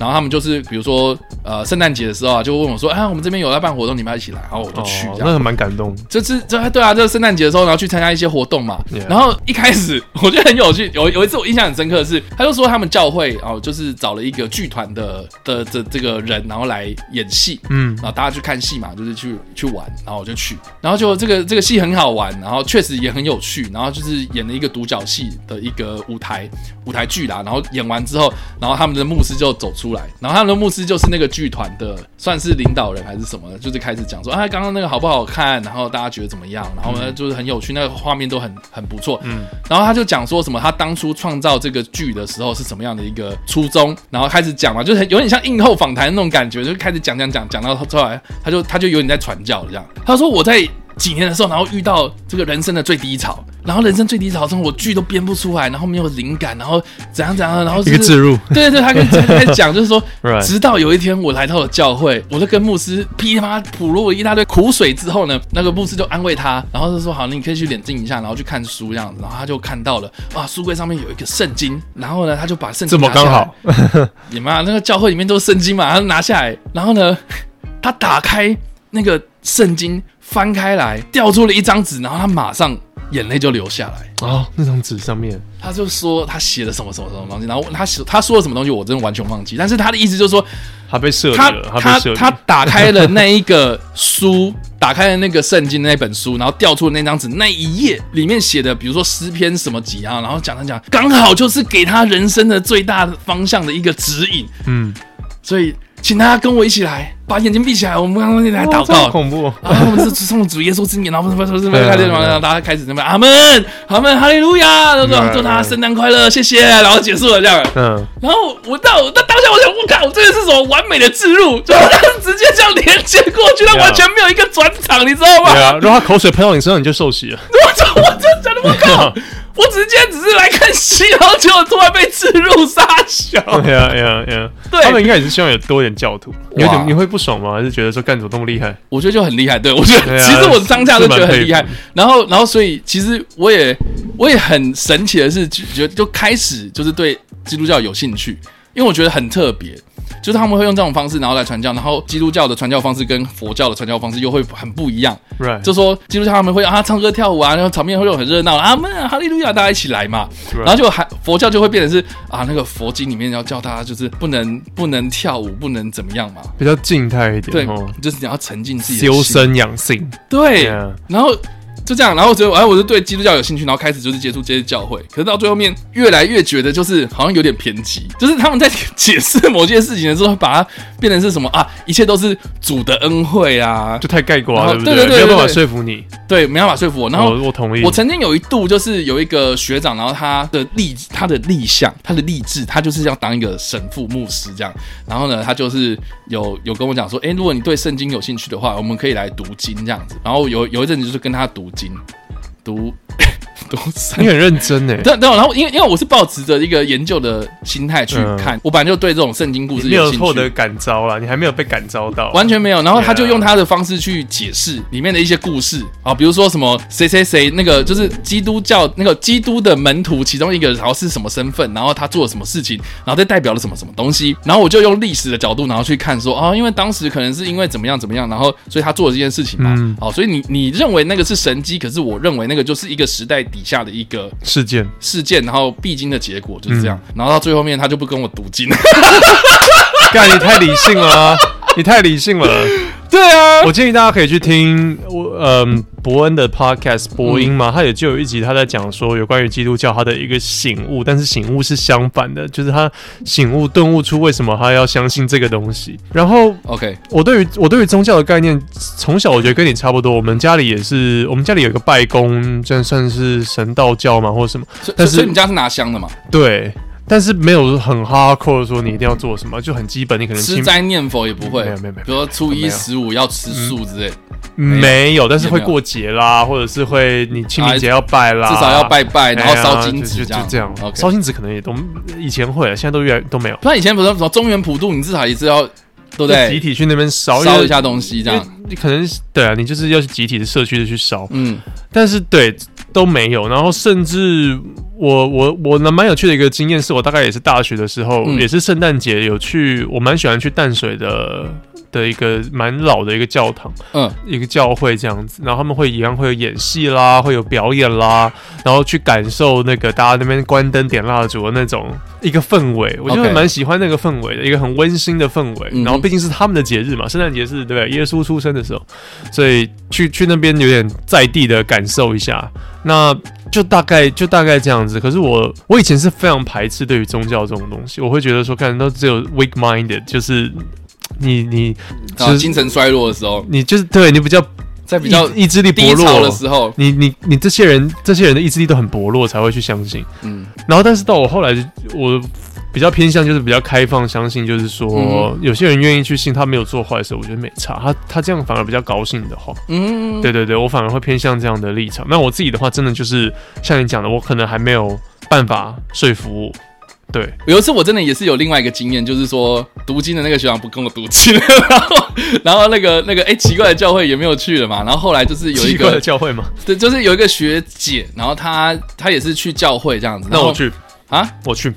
B: 然后他们就是比如说呃圣诞节的时候啊，就问我说，啊我们这边有在办活动，你们要一起来，然后我就
C: 哦
B: 去这样，
C: 那个蛮感动。
B: 就是这对啊，这圣诞节的时候，然后去参加一些活动嘛。
C: Yeah.
B: 然后一开始我觉得很有趣，有有一次我印象很深刻的是，他就说他们教会哦，就是找了一个剧团的的这这个人，然后来演戏，
C: 嗯
B: 然后大家去看戏嘛，就是去去玩，然后我就去，然后就这个这个戏很好玩，然后确实也很有趣，然后就是演了一个独角戏的一个舞台舞台剧啦，然后演完之后，然后他们的牧师就走出来，然后他们的牧师就是那个剧团的算是领导人还是什么的，就是开始讲说啊，刚刚那个好不好看，然后大家觉得怎么样，然后呢就是很有趣，那个画面都很很不错，嗯，然后他就讲说什么他当初创造这个剧的时候是什么样的一个初衷，然后开始讲嘛，就是很有点像映后访谈那种感觉，就开始讲讲讲讲到后来，他就他就有点在传教了这样。他说我在几年的时候，然后遇到这个人生的最低潮，然后人生最低潮中我剧都编不出来，然后没有灵感，然后怎样怎样，然后
C: 一个
B: 是
C: 置入，
B: 对对，对他跟他在讲，就是说
C: Right，
B: 直到有一天我来到了教会，我就跟牧师噼里啪啦吐露了一大堆苦水之后呢，那个牧师就安慰他，然后就说好，你可以去冷静一下，然后去看书这样子，然后他就看到了啊，书柜上面有一个圣经，然后呢，他就把圣经
C: 这么
B: 拿下来
C: 刚好，
B: 你妈那个教会里面都是圣经嘛，他拿下来，然后呢， 他打开那个圣经，翻开来，掉出了一张纸，然后他马上眼泪就流下来。
C: 哦，那张纸上面，
B: 他就说他写了什么什么什么东西，然后他写他说了什么东西，我真的完全忘记。但是他的意思就是说，
C: 他被射
B: 他
C: 了，
B: 他
C: 被射
B: 他
C: 了。
B: 打开了那一个书，打开了那个圣经的那本书，然后调出了那张纸那一页里面写的，比如说诗篇什么几啊，然后讲讲讲，刚好就是给他人生的最大的方向的一个指引。
C: 嗯，
B: 所以，请大家跟我一起来，把眼睛闭起来，我们刚刚来祷
C: 哦这么
B: 告。
C: 恐怖。
B: 啊，我们是送主耶稣之名，然后不是不是不是，
C: 对啊
B: 开始
C: 对啊
B: 然后大家开始那边阿门阿门哈利路亚，然后祝他圣诞快乐，谢谢，然后结束了这样。
C: 嗯，
B: 然后我到那当下，我想，我靠，这个是什么完美的植入？就是他直接这样连接过去，他
C: Yeah
B: 完全没有一个转场，你知道吗
C: 对？啊，如果他口水喷到你身上，你就受 洗了。
B: 我就我真觉得我靠，我直接只是来看戏，然后结果突然被植入杀小。
C: 对啊，对啊，对啊。
B: 对
C: 他们应该也是希望有多一点教徒。有点你会不爽吗？还是觉得说干怎么这么厉害？
B: 我觉得就很厉害，对我觉得、
C: 对啊
B: 其实我当下都觉得很厉害
C: 是蛮佩。
B: 然后，然后所以其实我也我也很神奇的是，就觉得就开始就是对基督教有兴趣，因为我觉得很特别，就是他们会用这种方式然后来传教，然后基督教的传教方式跟佛教的传教方式又会很不一样。
C: Right，
B: 就说基督教他们会啊唱歌跳舞啊，然后场面会有很热闹，阿门啊哈利路亚，大家一起来嘛。
C: Right
B: 然后就还佛教就会变成是啊那个佛经里面要教大家就是不能不能跳舞，不能怎么样嘛。
C: 比较静态一
B: 对
C: 点哦，，
B: 就是你要沉浸自己的
C: 修
B: 心
C: 身养性。
B: 对
C: Yeah
B: 然后就这样，然后所以哎，我就对基督教有兴趣，然后开始就是接触这些教会。可是到最后面，越来越觉得就是好像有点偏激，就是他们在解释某件事情的时候，把它变成是什么啊，一切都是主的恩惠啊
C: 就，太概括
B: 然后
C: 了，对不
B: 对对对
C: 没有办法
B: 对对
C: 说服你。
B: 对，没办法说服我。然后
C: 我我同意。
B: 我曾经有一度就是有一个学长，然后他的立他的立项，他的立志，他就是要当一个神父、牧师这样。然后呢，他就是有有跟我讲说，哎诶，如果你对圣经有兴 趣的话，我们可以来读经这样子。然后有有一阵子就是跟他读经，读多山
C: 你。很认真哎，
B: 但但然后，因为因为我是抱持着一个研究的心态去
C: 嗯
B: 看， 我本来就对这种圣经故事
C: 没有
B: 兴
C: 获
B: 趣
C: 得，感召啦，你还没有被感召到，
B: 完全没有。然后他
C: Yeah
B: 就用他的方式去解释里面的一些故事啊，比如说什么谁谁谁那个就是基督教那个基督的门徒其中一个，然后是什么身份，然后他做了什么事情，然后再代表了什么什么东西。然后我就用历史的角度，然后去看说哦，因为当时可能是因为怎么样怎么样，然后所以他做了这件事情嘛。
C: 嗯
B: 哦，所以你你认为那个是神机，可是我认为那个就是一个时代底下的一个
C: 事件，
B: 事件，然后必经的结果就是这样。
C: 嗯
B: 然后到最后面他就不跟我读经，
C: 干你太理性了啊，你太理性了。
B: 对啊，
C: 我建议大家可以去听我嗯伯恩的
B: 嗯
C: podcast 播音嘛，他也就有一集他在讲说有关于基督教他的一个醒悟，但是醒悟是相反的，就是他醒悟顿悟出为什么他要相信这个东西。然后
B: OK，
C: 我对于我对于宗教的概念，从小我觉得跟你差不多。我们家里也是，我们家里有一个拜公，这样算是神道教嘛，或者什么。
B: 所以
C: 但是
B: 所以你们家是拿香的嘛？
C: 对，但是没有很 hardcore 说你一定要做什么，就很基本，你可能
B: 吃
C: 清
B: 斋念佛也不会，
C: 没有没有没有
B: 比如说初
C: 没
B: 一
C: 有嗯
B: 十五要吃素之类，
C: 没有，但是
B: 也
C: 会
B: 没有
C: 过节啦，或者是会你清明节要拜啦，
B: 至少要拜拜，然后
C: 哎呀
B: 烧金纸
C: 就就就
B: 这
C: 这
B: 样
C: 样。。
B: OK
C: 烧金纸可能也都以前会，现在都越来都没有。
B: 不然以前不是什么中原普渡，你至少也是要对不
C: 就集
B: 对？
C: 体去那边烧
B: 烧一下东西这
C: 因为
B: 样。
C: 你可能对啊，你就是要去集体的社区的去烧，
B: 嗯，
C: 但是对都没有。然后甚至我我我蛮有趣的一个经验是，我大概也是大学的时候，
B: 嗯
C: 也是圣诞节有去，我蛮喜欢去淡水的的一个蛮老的一个教堂，
B: 嗯，
C: 一个教会这样子，然后他们会一样会有演戏啦，会有表演啦，然后去感受那个大家那边关灯点蜡烛的那种一个氛围，我就
B: OK
C: 会蛮喜欢那个氛围的，一个很温馨的氛围。
B: 嗯哼
C: 然后毕竟是他们的节日嘛，圣诞节是对不对？耶稣出生的时候，所以去去那边有点在地的感受一下，那就大概就大概这样子。可是我我以前是非常排斥对于宗教这种东西，我会觉得说，看都只有 weak minded，就是。你你
B: 然后精神衰弱的时候，
C: 你就是对你比较
B: 在比较
C: 意意志力薄
B: 低潮的
C: 弱，
B: 时候，
C: 你你你这些人这些人的意志力都很薄弱，才会去相信。
B: 嗯，
C: 然后，但是到我后来，我比较偏向就是比较开放，相信就是说，
B: 嗯
C: 有些人愿意去信，他没有做坏事，我觉得没差。他他这样反而比较高兴的话，
B: 嗯，
C: 对对对，我反而会偏向这样的立场。那我自己的话，真的就是像你讲的，我可能还没有办法说服我。对，
B: 有一次我真的也是有另外一个经验，就是说读经的那个学长不跟我读经， 然后然后那个那个哎、奇怪的教会也没有去了嘛，然后后来就是有一
C: 奇怪
B: 个
C: 的教会嘛，
B: 对，就是有一个学姐，然后她她也是去教会这样子，
C: 那我
B: 然后
C: 去
B: 啊，
C: 我去，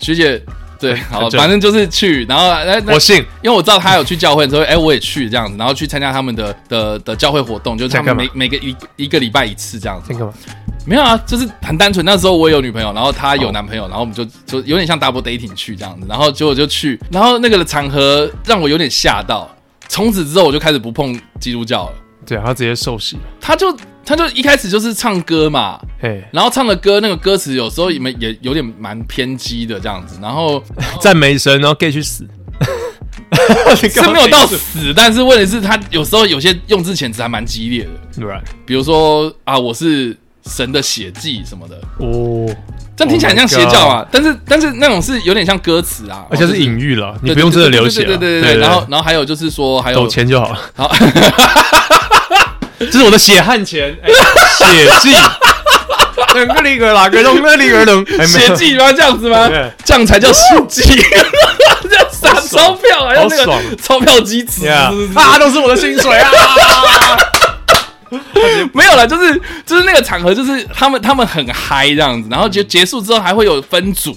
B: 学姐。对，好，
C: 正
B: 反正就是去，然后那那
C: 我信。
B: 因为我知道她有去教会，所以哎，我也去这样子，然后去参加他们的的的教会活动，就是他
C: 在
B: 们
C: 干嘛
B: 每每个一一个礼拜一次这样子
C: 在。干嘛？
B: 没有啊，就是很单纯。那时候我有女朋友，然后她有
C: 哦
B: 男朋友，然后我们就就有点像 double dating 去这样子，然后结果就去，然后那个的场合让我有点吓到。从此之后我就开始不碰基督教了。
C: 对啊，他直接受洗。
B: 他就他就一开始就是唱歌嘛，
C: 嘿，
B: 然后唱的歌那个歌词有时候也没也有点蛮偏激的这样子，然后
C: 赞美神，然后 gay 去死。
B: 是没有到死，但是问题是他有时候有些用字遣词还蛮激烈的，
C: Right，
B: 比如说啊我是神的血迹什么的，
C: 哦，
B: 这样听起来很像
C: Oh my
B: 邪教啊但是但是那种是有点像歌词啊，
C: 而且
B: 就是
C: 隐喻了，你
B: 对
C: 不用真的流血啊，
B: 对对对对对。然后然后还有就是说还有
C: 抖钱就好了，
B: 好
C: 这是我的血汗钱，哎血迹。两个里格啦，格隆那里格隆，哎没
B: 血
C: 有
B: 迹吗？这样子吗
C: 对？
B: 这样才叫血迹。 这样撒钞票，还有那
C: 好
B: 个
C: 爽
B: 钞票机子，
C: ，Yeah，啊，都是我的薪 水啊！
B: 没有了，就是就是那个场合，就是他们他们很嗨这样子，然后结结束之后还会有分组，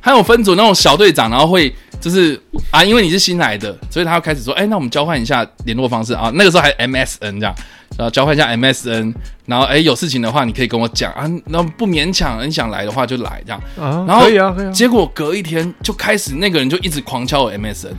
B: 还有分组那种小队长，然后会就是啊，因为你是新来的，所以他要开始说，哎、那我们交换一下联络方式啊。那个时候还 MSN 这样，然后交换一下 MSN，然后哎、有事情的话你可以跟我讲啊，那不勉强，你想来的话就来这样。
C: 啊
B: 然后
C: 可以啊，可以啊，
B: 结果隔一天就开始那个人就一直狂敲我 MSN，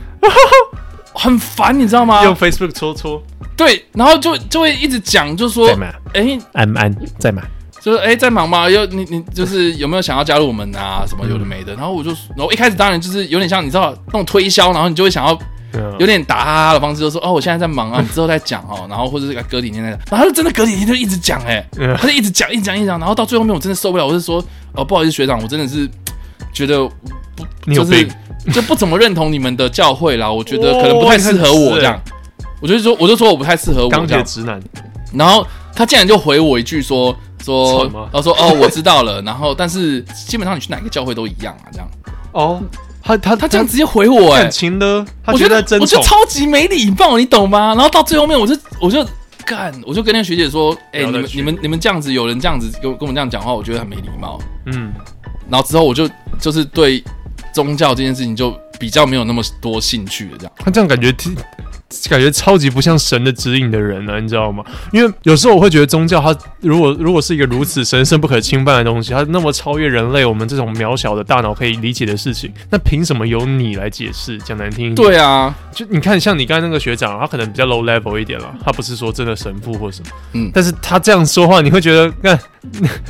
B: 很烦，你知道吗？
C: 用 Facebook 戳戳，
B: 对，然后就就会一直讲，就说
C: 在吗，
B: 哎、
C: 安安在买，
B: 就是哎、在忙吗？又你你就是有没有想要加入我们啊？什么有的没
C: 嗯
B: 的。然后我就，然后一开始当然就是有点像你知道那种推销，然后你就会想要
C: 嗯
B: 有点打哈哈的方式，就说哦，我现在在忙啊，你之后再讲哦。然后或者是隔几天再讲，然后他就真的隔几天就一直讲 哎、
C: 嗯
B: 他就一直讲一直讲一直讲，然后到最后面我真的受不了，我就说哦，不好意思学长，我真的是觉得哦
C: 你有
B: 就是
C: 病，
B: 就不怎么认同你们的教会啦，我觉得可能不太适合我这样。我就说，我就说我不太适合我
C: 钢
B: 这
C: 铁
B: 样。
C: 直男，
B: 然后他竟然就回我一句说：“说
C: 惨吗，
B: 他说哦，我知道了。 然后，但是基本上你去哪个教会都一样啊，这样。
C: 哦，他他
B: 他这样直接回我、哎
C: 感，情呢？他
B: 我觉
C: 在
B: 得
C: 争
B: 我觉
C: 宠
B: 得，超级没礼貌，你懂吗？然后到最后面我，就我就干，我就跟那个学姐说，哎、
C: 不要
B: 你
C: 再
B: 们
C: 去
B: 你们你们这样子，有人这样子跟我跟我这样讲话，我觉得很没礼貌。
C: 嗯，
B: 然后之后我就就是对宗教这件事情就比较没有那么多兴趣了，这样。
C: 他这样感觉挺，感觉超级不像神的指引的人呢、你知道吗？因为有时候我会觉得宗教它如果如果是一个如此神圣不可侵犯的东西，它那么超越人类我们这种渺小的大脑可以理解的事情，那凭什么由你来解释？讲难听一点，
B: 对啊，
C: 就你看，像你刚才那个学长，他可能比较 low level 一点了，他不是说真的神父或什么，
B: 嗯
C: 但是他这样说话，你会觉得，看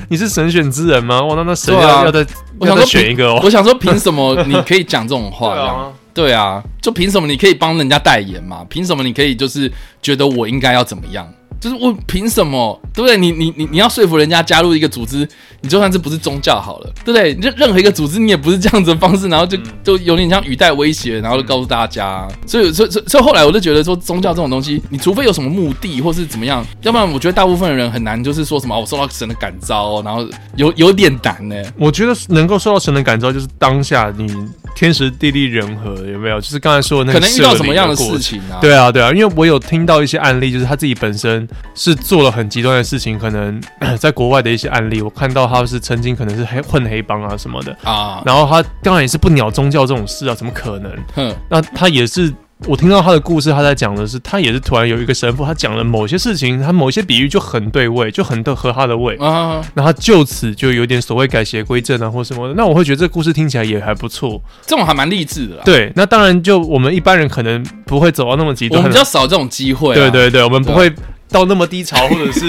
C: 你是神选之人吗？哇，那那神要、
B: 对啊
C: 要再
B: 我
C: 要
B: 想
C: 再
B: 说
C: 选一个哦
B: 我，想说，凭什么你可以讲这种 话？这样，对啊，就凭什么你可以帮人家代言嘛？凭什么你可以就是觉得我应该要怎么样？就是我凭什么，对不对？你你你你要说服人家加入一个组织，你就算是不是宗教好了，对不对？任任何一个组织，你也不是这样子的方式，然后
C: 嗯
B: 就就有点像语带威胁，然后就告诉大家。所以所以所以所以后来我就觉得说，宗教这种东西，你除非有什么目的或是怎么样，要不然我觉得大部分人很难就是说什么、哦我受到神的感召，然后有有点难呢、
C: 我觉得能够受到神的感召，就是当下你天时地利人和，有没有？就是刚才说的
B: 可
C: 那个
B: 能遇到
C: 设
B: 什么
C: 灵
B: 样的
C: 过程
B: 事情啊？
C: 对啊，对啊，因为我有听到一些案例，就是他自己本身是做了很极端的事情，可能 在国外的一些案例，我看到他是曾经可能是黑混黑帮啊什么的，
B: 啊，
C: 然后他当然也是不鸟宗教这种事啊，怎么可能？
B: 哼，
C: 那他也是，我听到他的故事，他在讲的是，他也是突然有一个神父，他讲了某些事情，他某些比喻就很对味，就很的合他的味。
B: 啊，
C: 那他就此就有点所谓改邪归正啊，或什么的。那我会觉得这故事听起来也还不错。
B: 这种还蛮励志的啦。
C: 对，那当然就我们一般人可能不会走到那么极
B: 我
C: 端，
B: 们比较少这种机会、啊。
C: 对对对，我们
B: 对
C: 不
B: 啊
C: 会到那么低潮，或者是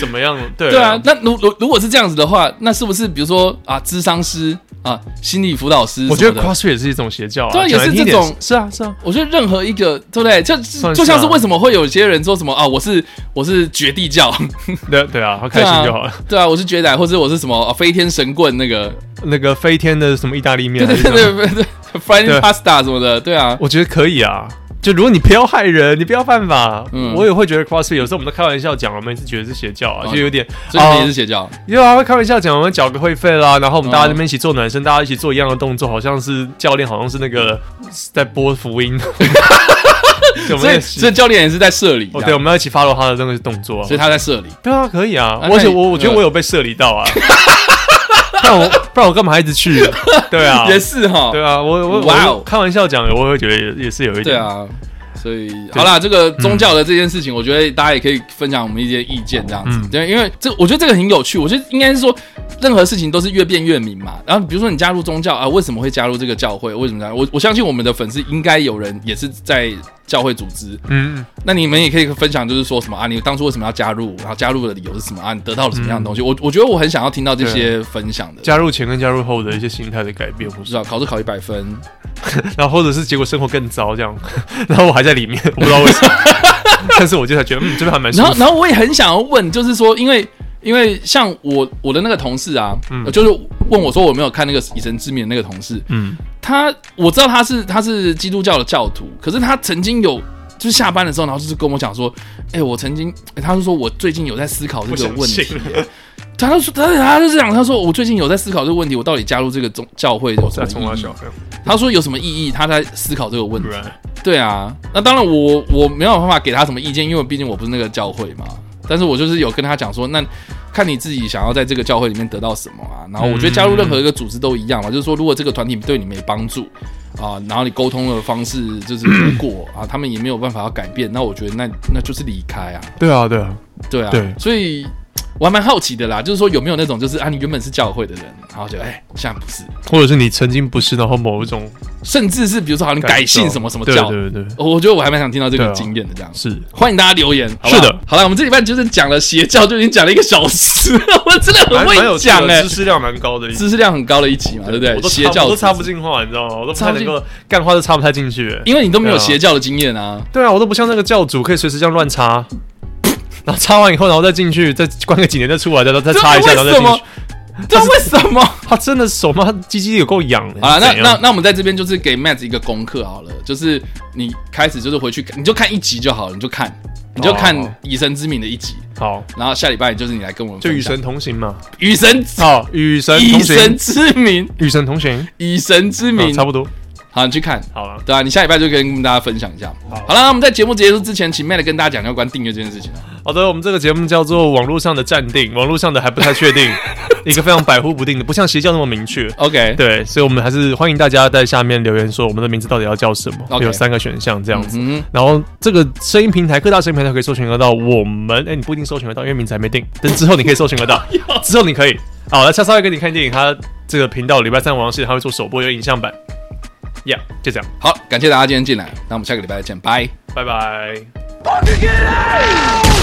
C: 怎 么样。对
B: 对啊，那如如如果是这样子的话，那是不是比如说啊，智商师啊，心理辅导师，
C: 我觉得
B: 什么
C: CrossFit 也是一种邪教啊，
B: 对啊也是
C: 讲难听一点
B: 这种
C: 是啊是啊，
B: 的我觉得任何一个，对不对？就
C: 算是啊
B: 就像是为什么会有些人说什么啊，我是我是绝地教，
C: 对对啊，他 开心就好了。
B: 对啊，我是绝奶，或者我是什么、啊、飞天神棍那个，
C: 那个飞天的什么意大利面啊
B: 对
C: 还
B: 对
C: 是什么，
B: 对对对，Flying
C: 对
B: Pasta 什么的，对啊，
C: 我觉得可以啊。就如果你不要害人，你不要犯法，
B: 嗯
C: 我也会觉得 CrossFit 有时候我们都开玩笑讲，我们也是觉得是邪教啊，
B: 哦
C: 就有点
B: 所以你也是邪教，
C: 有啊，会开玩笑讲，我们缴个会费啦，然后我们大家这边一起做暖身，大家一起做一样的动作，好像是教练，好像是那个在播 福音，所
B: 所以所以教练也是在社里，
C: 哦，
B: 这
C: 对，我
B: 样
C: 们要一起 follow 他的那个动作啊
B: 所以。他在社里。
C: 对啊，可以啊，
B: 啊
C: 而且
B: 那你
C: 我我觉得我有被射离到 啊，不然我不然我干嘛一直去？对啊，
B: 也是哈，
C: 对啊，我我
B: 哇哦
C: 我开玩笑讲，我会觉得也也是有一点
B: 对啊，所以好啦，这个宗教的这件事情，我觉得大家也可以分享我们一些意见，这样子。
C: 嗯
B: 对，因为这我觉得这个很有趣，我觉得应该是说，任何事情都是越辩越明嘛。然后比如说你加入宗教啊，为什么会加入这个教会？为什么加入？我我相信我们的粉丝应该有人也是在教会组织，
C: 嗯，
B: 那你们也可以分享，就是说什么啊，你当初为什么要加入？然后加入的理由是什么啊？你得到了什么样的东西？我我觉得我很想要听到这些分享的。
C: 加入前跟加入后的一些心态的改变，或
B: 不
C: 是
B: 知道考试考一百分，
C: 然后或者是结果生活更糟这样， 然后我还在里面，我不知道为 什么，但是我就才觉得，嗯，这边还蛮舒
B: 然后，
C: 服。
B: 然后我也很想要问，就是说，因为因为像我我的那个同事啊，就是问我说我有没有看那个《以神之名》的那个同事，
C: 嗯，
B: 他我知道他是他是基督教的教徒，可是他曾经有就是下班的时候，然后就是跟我讲说，哎、我曾经，哎他就说我最近有在思考这个问题，他就说他他就这样，他说我最近有在思考这个问题，我到底加入这个宗教会有什
C: 在
B: 么
C: 冲他
B: 意义
C: 笑？，
B: 他说有什么意义？他在思考这个问
C: 不
B: 题。
C: 然
B: 对啊，那当然我我没有办法给他什么意见，因为毕竟我不是那个教会嘛。但是我就是有跟他讲说，那看你自己想要在这个教会里面得到什么啊。然后我觉得加入任何一个组织都一样嘛，就是说如果这个团体对你没帮助啊，然后你沟通的方式就是如果啊他们也没有办法要改变，那我觉得那那就是离开啊，
C: 对啊，对啊，
B: 对啊，
C: 对
B: 所以。我还蛮好奇的啦，就是说有没有那种就是啊，你原本是教会的人，然后就哎、现在不是，
C: 或者是你曾经不是，然后某一种
B: 甚至是比如说好像改信
C: 受
B: 什么什么
C: 对
B: 教，
C: 对对，对
B: 我我觉得我还蛮想听到这个
C: 对啊
B: 经验的这样。
C: 是。
B: 欢迎大家留言，好不好
C: 是的，
B: 好了，我们这礼拜就是讲了邪教，就已经讲了一个小时 了，我真的很
C: 蛮蛮有
B: 会
C: 趣的
B: 讲哎、
C: 知识量蛮高的一集，
B: 知识量很高的一集嘛，对不对
C: 我？都
B: 邪
C: 插
B: 教
C: 我都插不
B: 知识，
C: 进话，你知道吗？我都不
B: 插
C: 太
B: 不
C: 能
B: 进
C: 够干话，都插不太进去。
B: 因为你都没有
C: 对啊
B: 邪教的经验啊。
C: 对啊，我都不像那个教主，可以随时这样乱插， 然后插完以后，然后再进去，再关个几年再出来，再再插一下，
B: 这
C: 然
B: 啊
C: 后
B: 为什
C: 再进
B: 么
C: 去。？
B: 这
C: 啊
B: 为什 么？
C: 他真的手吗？鸡鸡有够痒的。
B: 好了，那
C: 怎样
B: 那那我们在这边就是给 Matt 一个功课好了，就是你开始就是回去看，你就看一集就好了，你就看，你就看
C: 哦
B: 《以神之名》的一集，
C: 好，
B: 然后下礼拜就是你来跟我们
C: 就
B: 分
C: 与
B: 享
C: 神同行嘛。
B: 与神之
C: 好，与神
B: 以
C: 同
B: 神
C: 行，
B: 之名，
C: 与神同行，
B: 以神之
C: 啊
B: 名，
C: 差不多。
B: 好，你去看，
C: 好了，
B: 对啊，你下礼拜就跟大家分享一下。好了，那我们在节目结束之前，请 Matt 跟大家讲有关订阅这件事情啊。
C: 好的，我们这个节目叫做《网络上的暂定》，网络上的还不太确 定，一个非常百忽不定的，不像邪教那么明确。
B: OK，
C: 对，所以我们还是欢迎大家在下面留言说我们的名字到底要叫什么
B: OK
C: 有三个选项这样子。
B: 嗯哼，
C: 然后这个声音平台，各大声音平台可以搜寻得到我们。哎，你不一定搜寻得到，因为名字还没定，但之后你可以搜寻得到，之后你可以。好，那叉烧会给你看电影，他这个频道礼拜三晚上是他会做首播，有影像版。Yeah，就这样，
B: 好，感谢大家今天进来，那我们下个礼拜再见，拜。
C: 拜拜。
A: Fucking get out!